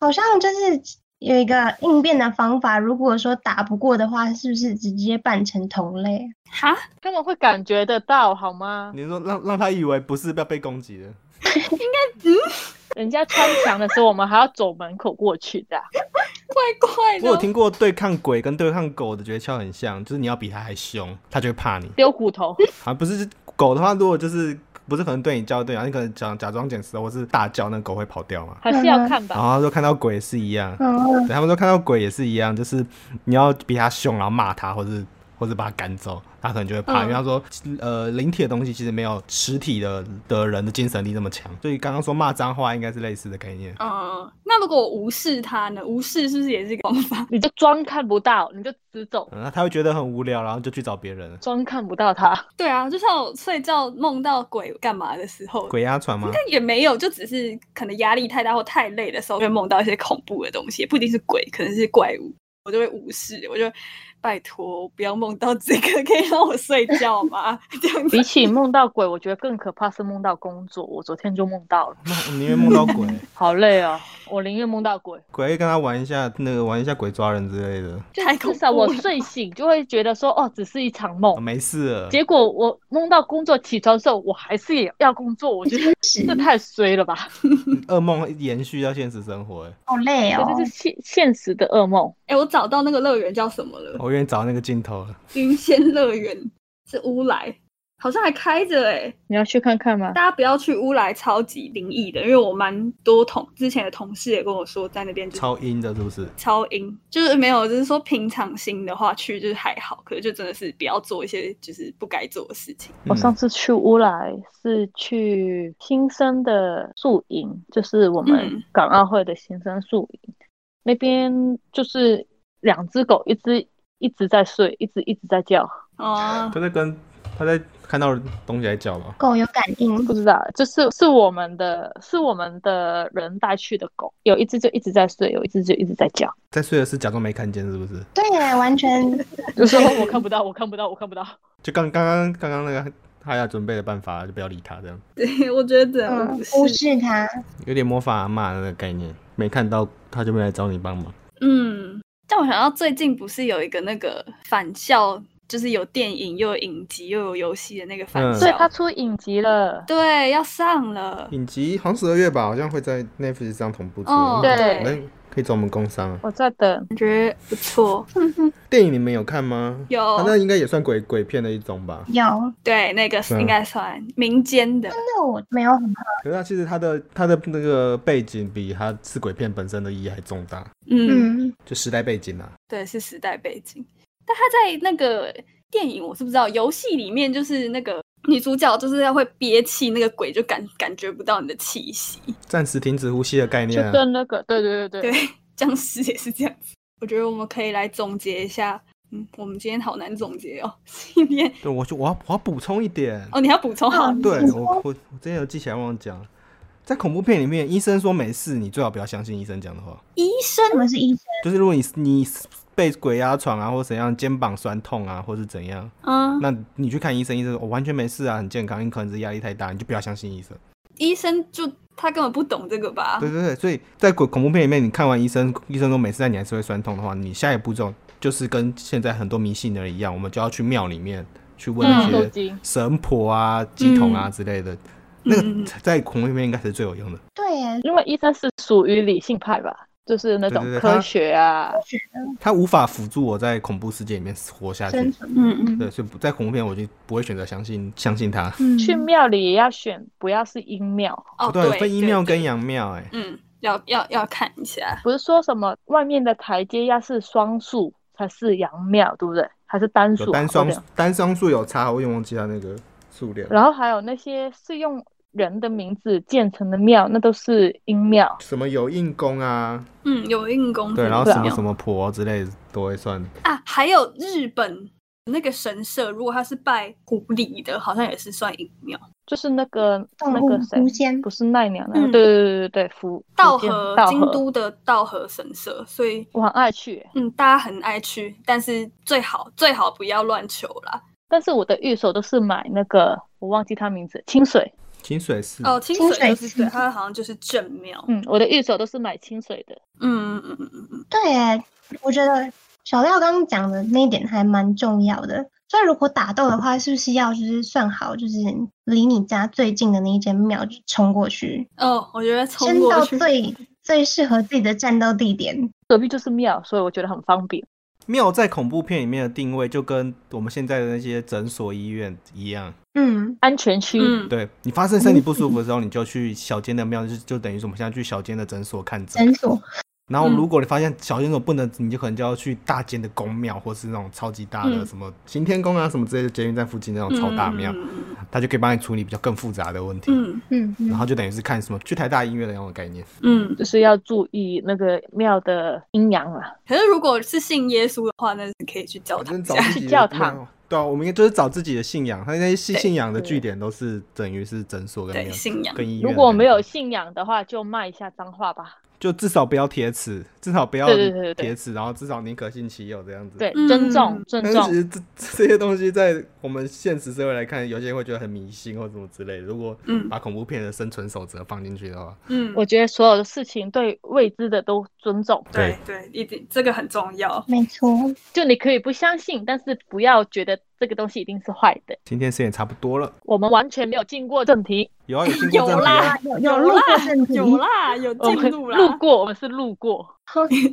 S4: 好像就是有一个应变的方法。如果说打不过的话，是不是直接扮成同类？
S2: 哈，
S5: 他们会感觉得到好吗？
S3: 你说让让他以为不是要被攻击的，
S5: 人家穿墙的时候，我们还要走门口过去的啊、
S2: 怪怪
S3: 我
S2: 的。哦
S3: 有听过对抗鬼跟对抗狗的诀窍很像，就是你要比它还凶，它就会怕你。
S5: 丢骨头。
S3: 啊，不是狗的话，如果就是不是可能对你叫对啊，你可能假假装捡石头或是大叫，那狗会跑掉嘛。
S5: 还是要看
S3: 然
S5: 吧。
S3: 后就看到鬼也是一样，
S4: 嗯，
S3: 对他们说看到鬼也是一样，就是你要比它凶，然后骂它，或是或是把它赶走，它可能就会
S2: 嗯
S3: 怕。因为他说，呃，灵体的东西其实没有实体的的人的精神力那么强，所以刚刚说骂脏话应该是类似的概念。
S2: 嗯，那如果我无视他呢？无视是不是也是一个方法？
S5: 你就装看不到，你就直走，
S3: 嗯，那他会觉得很无聊，然后就去找别人了。
S5: 装看不到他。
S2: 对啊，就像我睡觉梦到鬼干嘛的时候，
S3: 鬼压床吗？
S2: 但也没有，就只是可能压力太大或太累的时候，会梦到一些恐怖的东西，也不一定是鬼，可能是怪物，我就会无视，我就拜托不要梦到这个，可以让我睡觉吗？ 这样子
S5: 比起梦到鬼，我觉得更可怕是梦到工作。我昨天就梦到了，
S3: 那我宁愿梦到鬼，
S5: 好累哦，我宁愿梦到鬼。
S3: 鬼会跟他玩一下，那个玩一下鬼抓人之类的，
S5: 就
S2: 太恐
S5: 至少
S2: 怖
S5: 我
S2: 了
S5: 睡醒就会觉得说，哦，只是一场
S3: 哦
S5: 梦。
S3: 没事了。
S5: 结果我梦到工作，起床的时候我还是也要工作，我觉得这太衰了吧！
S3: 噩梦延续到现实生活，哎
S4: 好累哦。
S5: 这是现现实的噩梦。
S2: 哎、我找到那个乐园叫什么了？
S3: 我愿意找那个镜头了。
S2: 云仙乐园是乌来，好像还开着哎、
S5: 你要去看看吗
S2: 大？家不要去乌来，超级灵异的，因为我蛮多同之前的同事也跟我说，在那边就是
S3: 超阴的，是不是？
S2: 超阴，就是没有，就是说平常心的话去就是还好，可是就真的是不要做一些就是不该做的事情。
S5: 我上
S3: 嗯
S5: 次去乌来是去新生的宿营，就是我
S2: 嗯
S5: 们港澳会的新生宿营，那边就是两只狗，一只一直在睡，一只一直在叫，
S2: 哦，
S3: 他在跟他在看到东西在叫吗？
S4: 狗有感应，
S5: 不知道，就是是我们的是我们的人带去的狗，有一只就一直在睡，有一只就一直在叫，
S3: 在睡的是假装没看见，是不是？
S4: 对耶，完全
S5: 就说我看不到，我看不到，我看不到。
S3: 就刚刚刚刚刚那个他要准备的办法，就不要理他，这样
S2: 对，我觉得真的
S4: 嗯
S2: 无
S4: 忽
S2: 视，
S4: 视它。
S3: 有点魔法阿嬷那个概念，没看到他就没来找你帮忙。
S2: 嗯，但我想到最近不是有一个那个返校，就是有电影又有影集又有游戏的那个返
S3: 嗯
S2: 校，
S5: 所以他出影集了，
S2: 对要上了，
S3: 影集好像十二月吧，好像会在 Netflix 上同步出。
S2: 哦
S5: 对
S3: 那可以找我们工商啊。
S5: 我在等。
S2: 感觉不错。
S3: 电影你们有看吗？
S2: 有
S3: 啊那应该也算鬼鬼片的一种吧。
S4: 有，
S2: 对，那个是
S3: 嗯
S2: 应该算民间的，
S4: 那我没有很怕。
S3: 可是它其实它的它的那个背景比它是鬼片本身的意义还重大，
S2: 嗯，
S4: 嗯，
S3: 就时代背景啊。
S2: 对，是时代背景。但他在那个电影，我是不知道，游戏里面就是那个女主角就是要会憋气，那个鬼就感感觉不到你的气息。
S3: 暂时停止呼吸的概
S5: 就
S3: 念、啊。
S5: 跟那个，对对对
S2: 对，僵尸也是这样子。我觉得我们可以来总结一下，嗯，我们今天好难总结哦， 今天
S3: 对，我就我要我要补充一点。
S2: 哦，你要补充好了，
S3: 对我我我之前有记起来忘了讲，在恐怖片里面，医生说没事，你最好不要相信医生讲的话。
S2: 医生
S4: 我们是医生，
S3: 就是如果你你被鬼压床啊，或怎样，肩膀酸痛啊，或是怎样，
S2: 嗯，
S3: 那你去看医生，医生说我、完全没事啊，很健康，你可能是压力太大，你就不要相信医生。
S2: 医生就他根本不懂这个吧
S3: 对？对对，所以在鬼恐怖片里面，你看完医生，医生说没事，但你还是会酸痛的话，你下一步骤就是跟现在很多迷信的人一样，我们就要去庙里面去问
S5: 嗯
S3: 那
S5: 诵
S3: 些
S5: 经
S3: 神婆啊、鸡童啊
S2: 嗯
S3: 之类的。那
S2: 嗯嗯嗯
S3: 个在恐怖片应该是最有用的。
S4: 对耶，
S5: 因为医生是属于理性派吧，就是那种
S3: 对对对
S5: 科
S3: 它
S5: 学啊，
S4: 嗯
S3: 它无法辅助我在恐怖世界里面活下
S4: 生
S3: 去。
S4: 存。
S2: 嗯嗯，
S3: 对，所以不在恐怖片我就不会选择相信相信它。
S4: 嗯，
S5: 去庙里也要选，不要是阴庙，
S2: 哦
S3: 对，分阴庙
S2: 对
S3: 跟阳庙，哎，
S2: 嗯，要要要看一下，
S5: 不是说什么外面的台阶要是双数才是阳庙，对不对？还是单数
S3: 有
S5: 啊？
S3: 单
S5: 我
S3: 双
S5: 有点
S3: 单双数有差，我有点忘记它那个数量。
S5: 然后还有那些是用人的名字建成的庙，那都是阴庙。
S3: 什么有印功啊，
S2: 嗯，有印功
S3: 对，
S2: 很
S3: 然后
S5: 对
S3: 什
S5: 啊
S3: 么
S2: 妙
S3: 什么婆之类的都会算。
S2: 啊，还有日本那个神社，如果他是拜狐狸的，好像也是算阴庙。
S5: 就是那个
S4: 动
S5: 那
S4: 物
S5: 个谁
S4: 狐，仙
S5: 不是奈良的，
S2: 嗯
S5: 对对对对对，福
S2: 道
S5: 福建
S2: 和
S5: 道
S2: 京
S5: 和，
S2: 都的道和神社，所以
S5: 我很爱去，
S2: 嗯，大家很爱去，但是最好最好不要乱求啦。
S5: 但是我的预售都是买那个，我忘记他名字，清水，
S3: 清水寺
S2: 哦，清
S4: 清
S2: 水就
S4: 水
S2: 是
S4: 寺
S2: 对，它好像就是正庙。
S5: 嗯，我的预售都是买清水的，
S2: 嗯嗯嗯嗯嗯，
S4: 对耶，我觉得小廖刚刚讲的那一点还蛮重要的。所以如果打斗的话，是不是要就是算好，就是离你家最近的那一间庙就冲过去，
S2: 哦，我觉得
S4: 先
S2: 冲过
S4: 到
S2: 去，
S4: 最最适合自己的战斗地点。
S5: 隔壁就是庙，所以我觉得很方便。
S3: 庙在恐怖片里面的定位就跟我们现在的那些诊所、医院一样。
S4: 嗯，
S5: 安全区，
S2: 嗯，
S3: 对你发生身体不舒服的时候，你就去小间的庙，就就等于是我们现在去小间的诊所看诊。
S4: 诊所。
S3: 然
S5: 嗯
S3: 后如果你发现小间诊所不能，你就可能就要去大间的宫庙，或是那种超级大的
S2: 嗯
S3: 什么行天宫啊什么之类的，捷运站附近那种超大庙，
S2: 嗯
S3: 它就可以帮你处理比较更复杂的问题。
S2: 嗯
S4: 嗯
S3: 然
S4: 嗯，
S3: 后就等于是看什么去台大医院的那种概念。
S2: 嗯嗯。
S5: 就是要注意那个庙的阴阳啊啦。
S2: 可是如果是信耶稣的话，那是可以去教
S3: 反
S2: 堂
S3: 正
S2: 这
S3: 找
S2: 样。
S3: 自己的
S5: 去教堂
S3: 没有。对啊，我们应该就是找自己的信仰，他那些信
S2: 对
S3: 信仰的
S5: 对
S3: 据点都是等于是诊所跟
S2: 对
S3: 庙
S2: 信仰
S3: 跟医院。
S5: 如果没有，信仰的话，就骂一下脏话吧。
S3: 就至少不要铁齿，至少不要
S5: 对对对对对
S3: 铁齿，然后至少宁可信其有这样子。
S5: 对，
S2: 嗯
S5: 尊重尊
S3: 但是其
S5: 重，
S3: 实这 这些东西在我们现实社会来看，有些人会觉得很迷信或什么之类的。如果
S2: 嗯
S3: 把恐怖片的生存守则放进去的话，
S2: 嗯，
S5: 我觉得所有的事情对未知的都尊重。
S2: 对对，一定这个很重要。
S4: 没错。
S5: 就你可以不相信，但是不要觉得这个东西一定是坏的。
S3: 今天时间也差不多了，
S5: 我们完全没有进过正题，
S3: 有啊有进
S2: 有
S3: 过正题啊
S2: 啦，
S4: 有
S2: 有
S4: 路过
S2: 啦
S4: 正，题，
S2: 有啦，有
S5: 我
S2: 进
S5: 们
S2: 入
S5: 路
S2: 啦。
S5: 过，我们是路过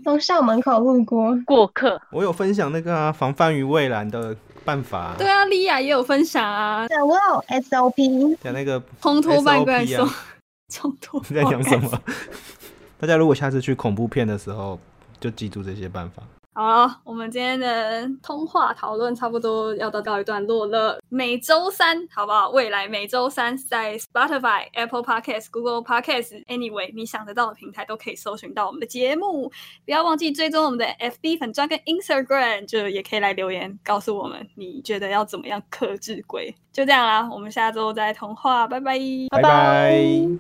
S4: 从校门口路过。
S5: 过客。
S3: 我有分享那个啊，防范于未然的办法、啊，
S2: 对啊，莉亚也有分享啊，
S4: 对，我有 SOP，
S3: 讲那个
S2: 冲突半怪
S3: SOP
S2: 兽
S3: 啊，
S2: 冲突
S3: 你 在讲什么？ 大家如果下次去恐怖片的时候，就记住这些办法。
S2: 好我们今天的通话讨论差不多要到告一段落了。每周三，好不好？未来每周三在 Spotify、Apple Podcast、Google Podcast、Anyway 你想得到的平台都可以搜寻到我们的节目。不要忘记追踪我们的 FB 粉专跟 Instagram，就也可以来留言告诉我们你觉得要怎么样克制鬼。就这样啦，我们下周再通话，拜拜。
S3: 拜拜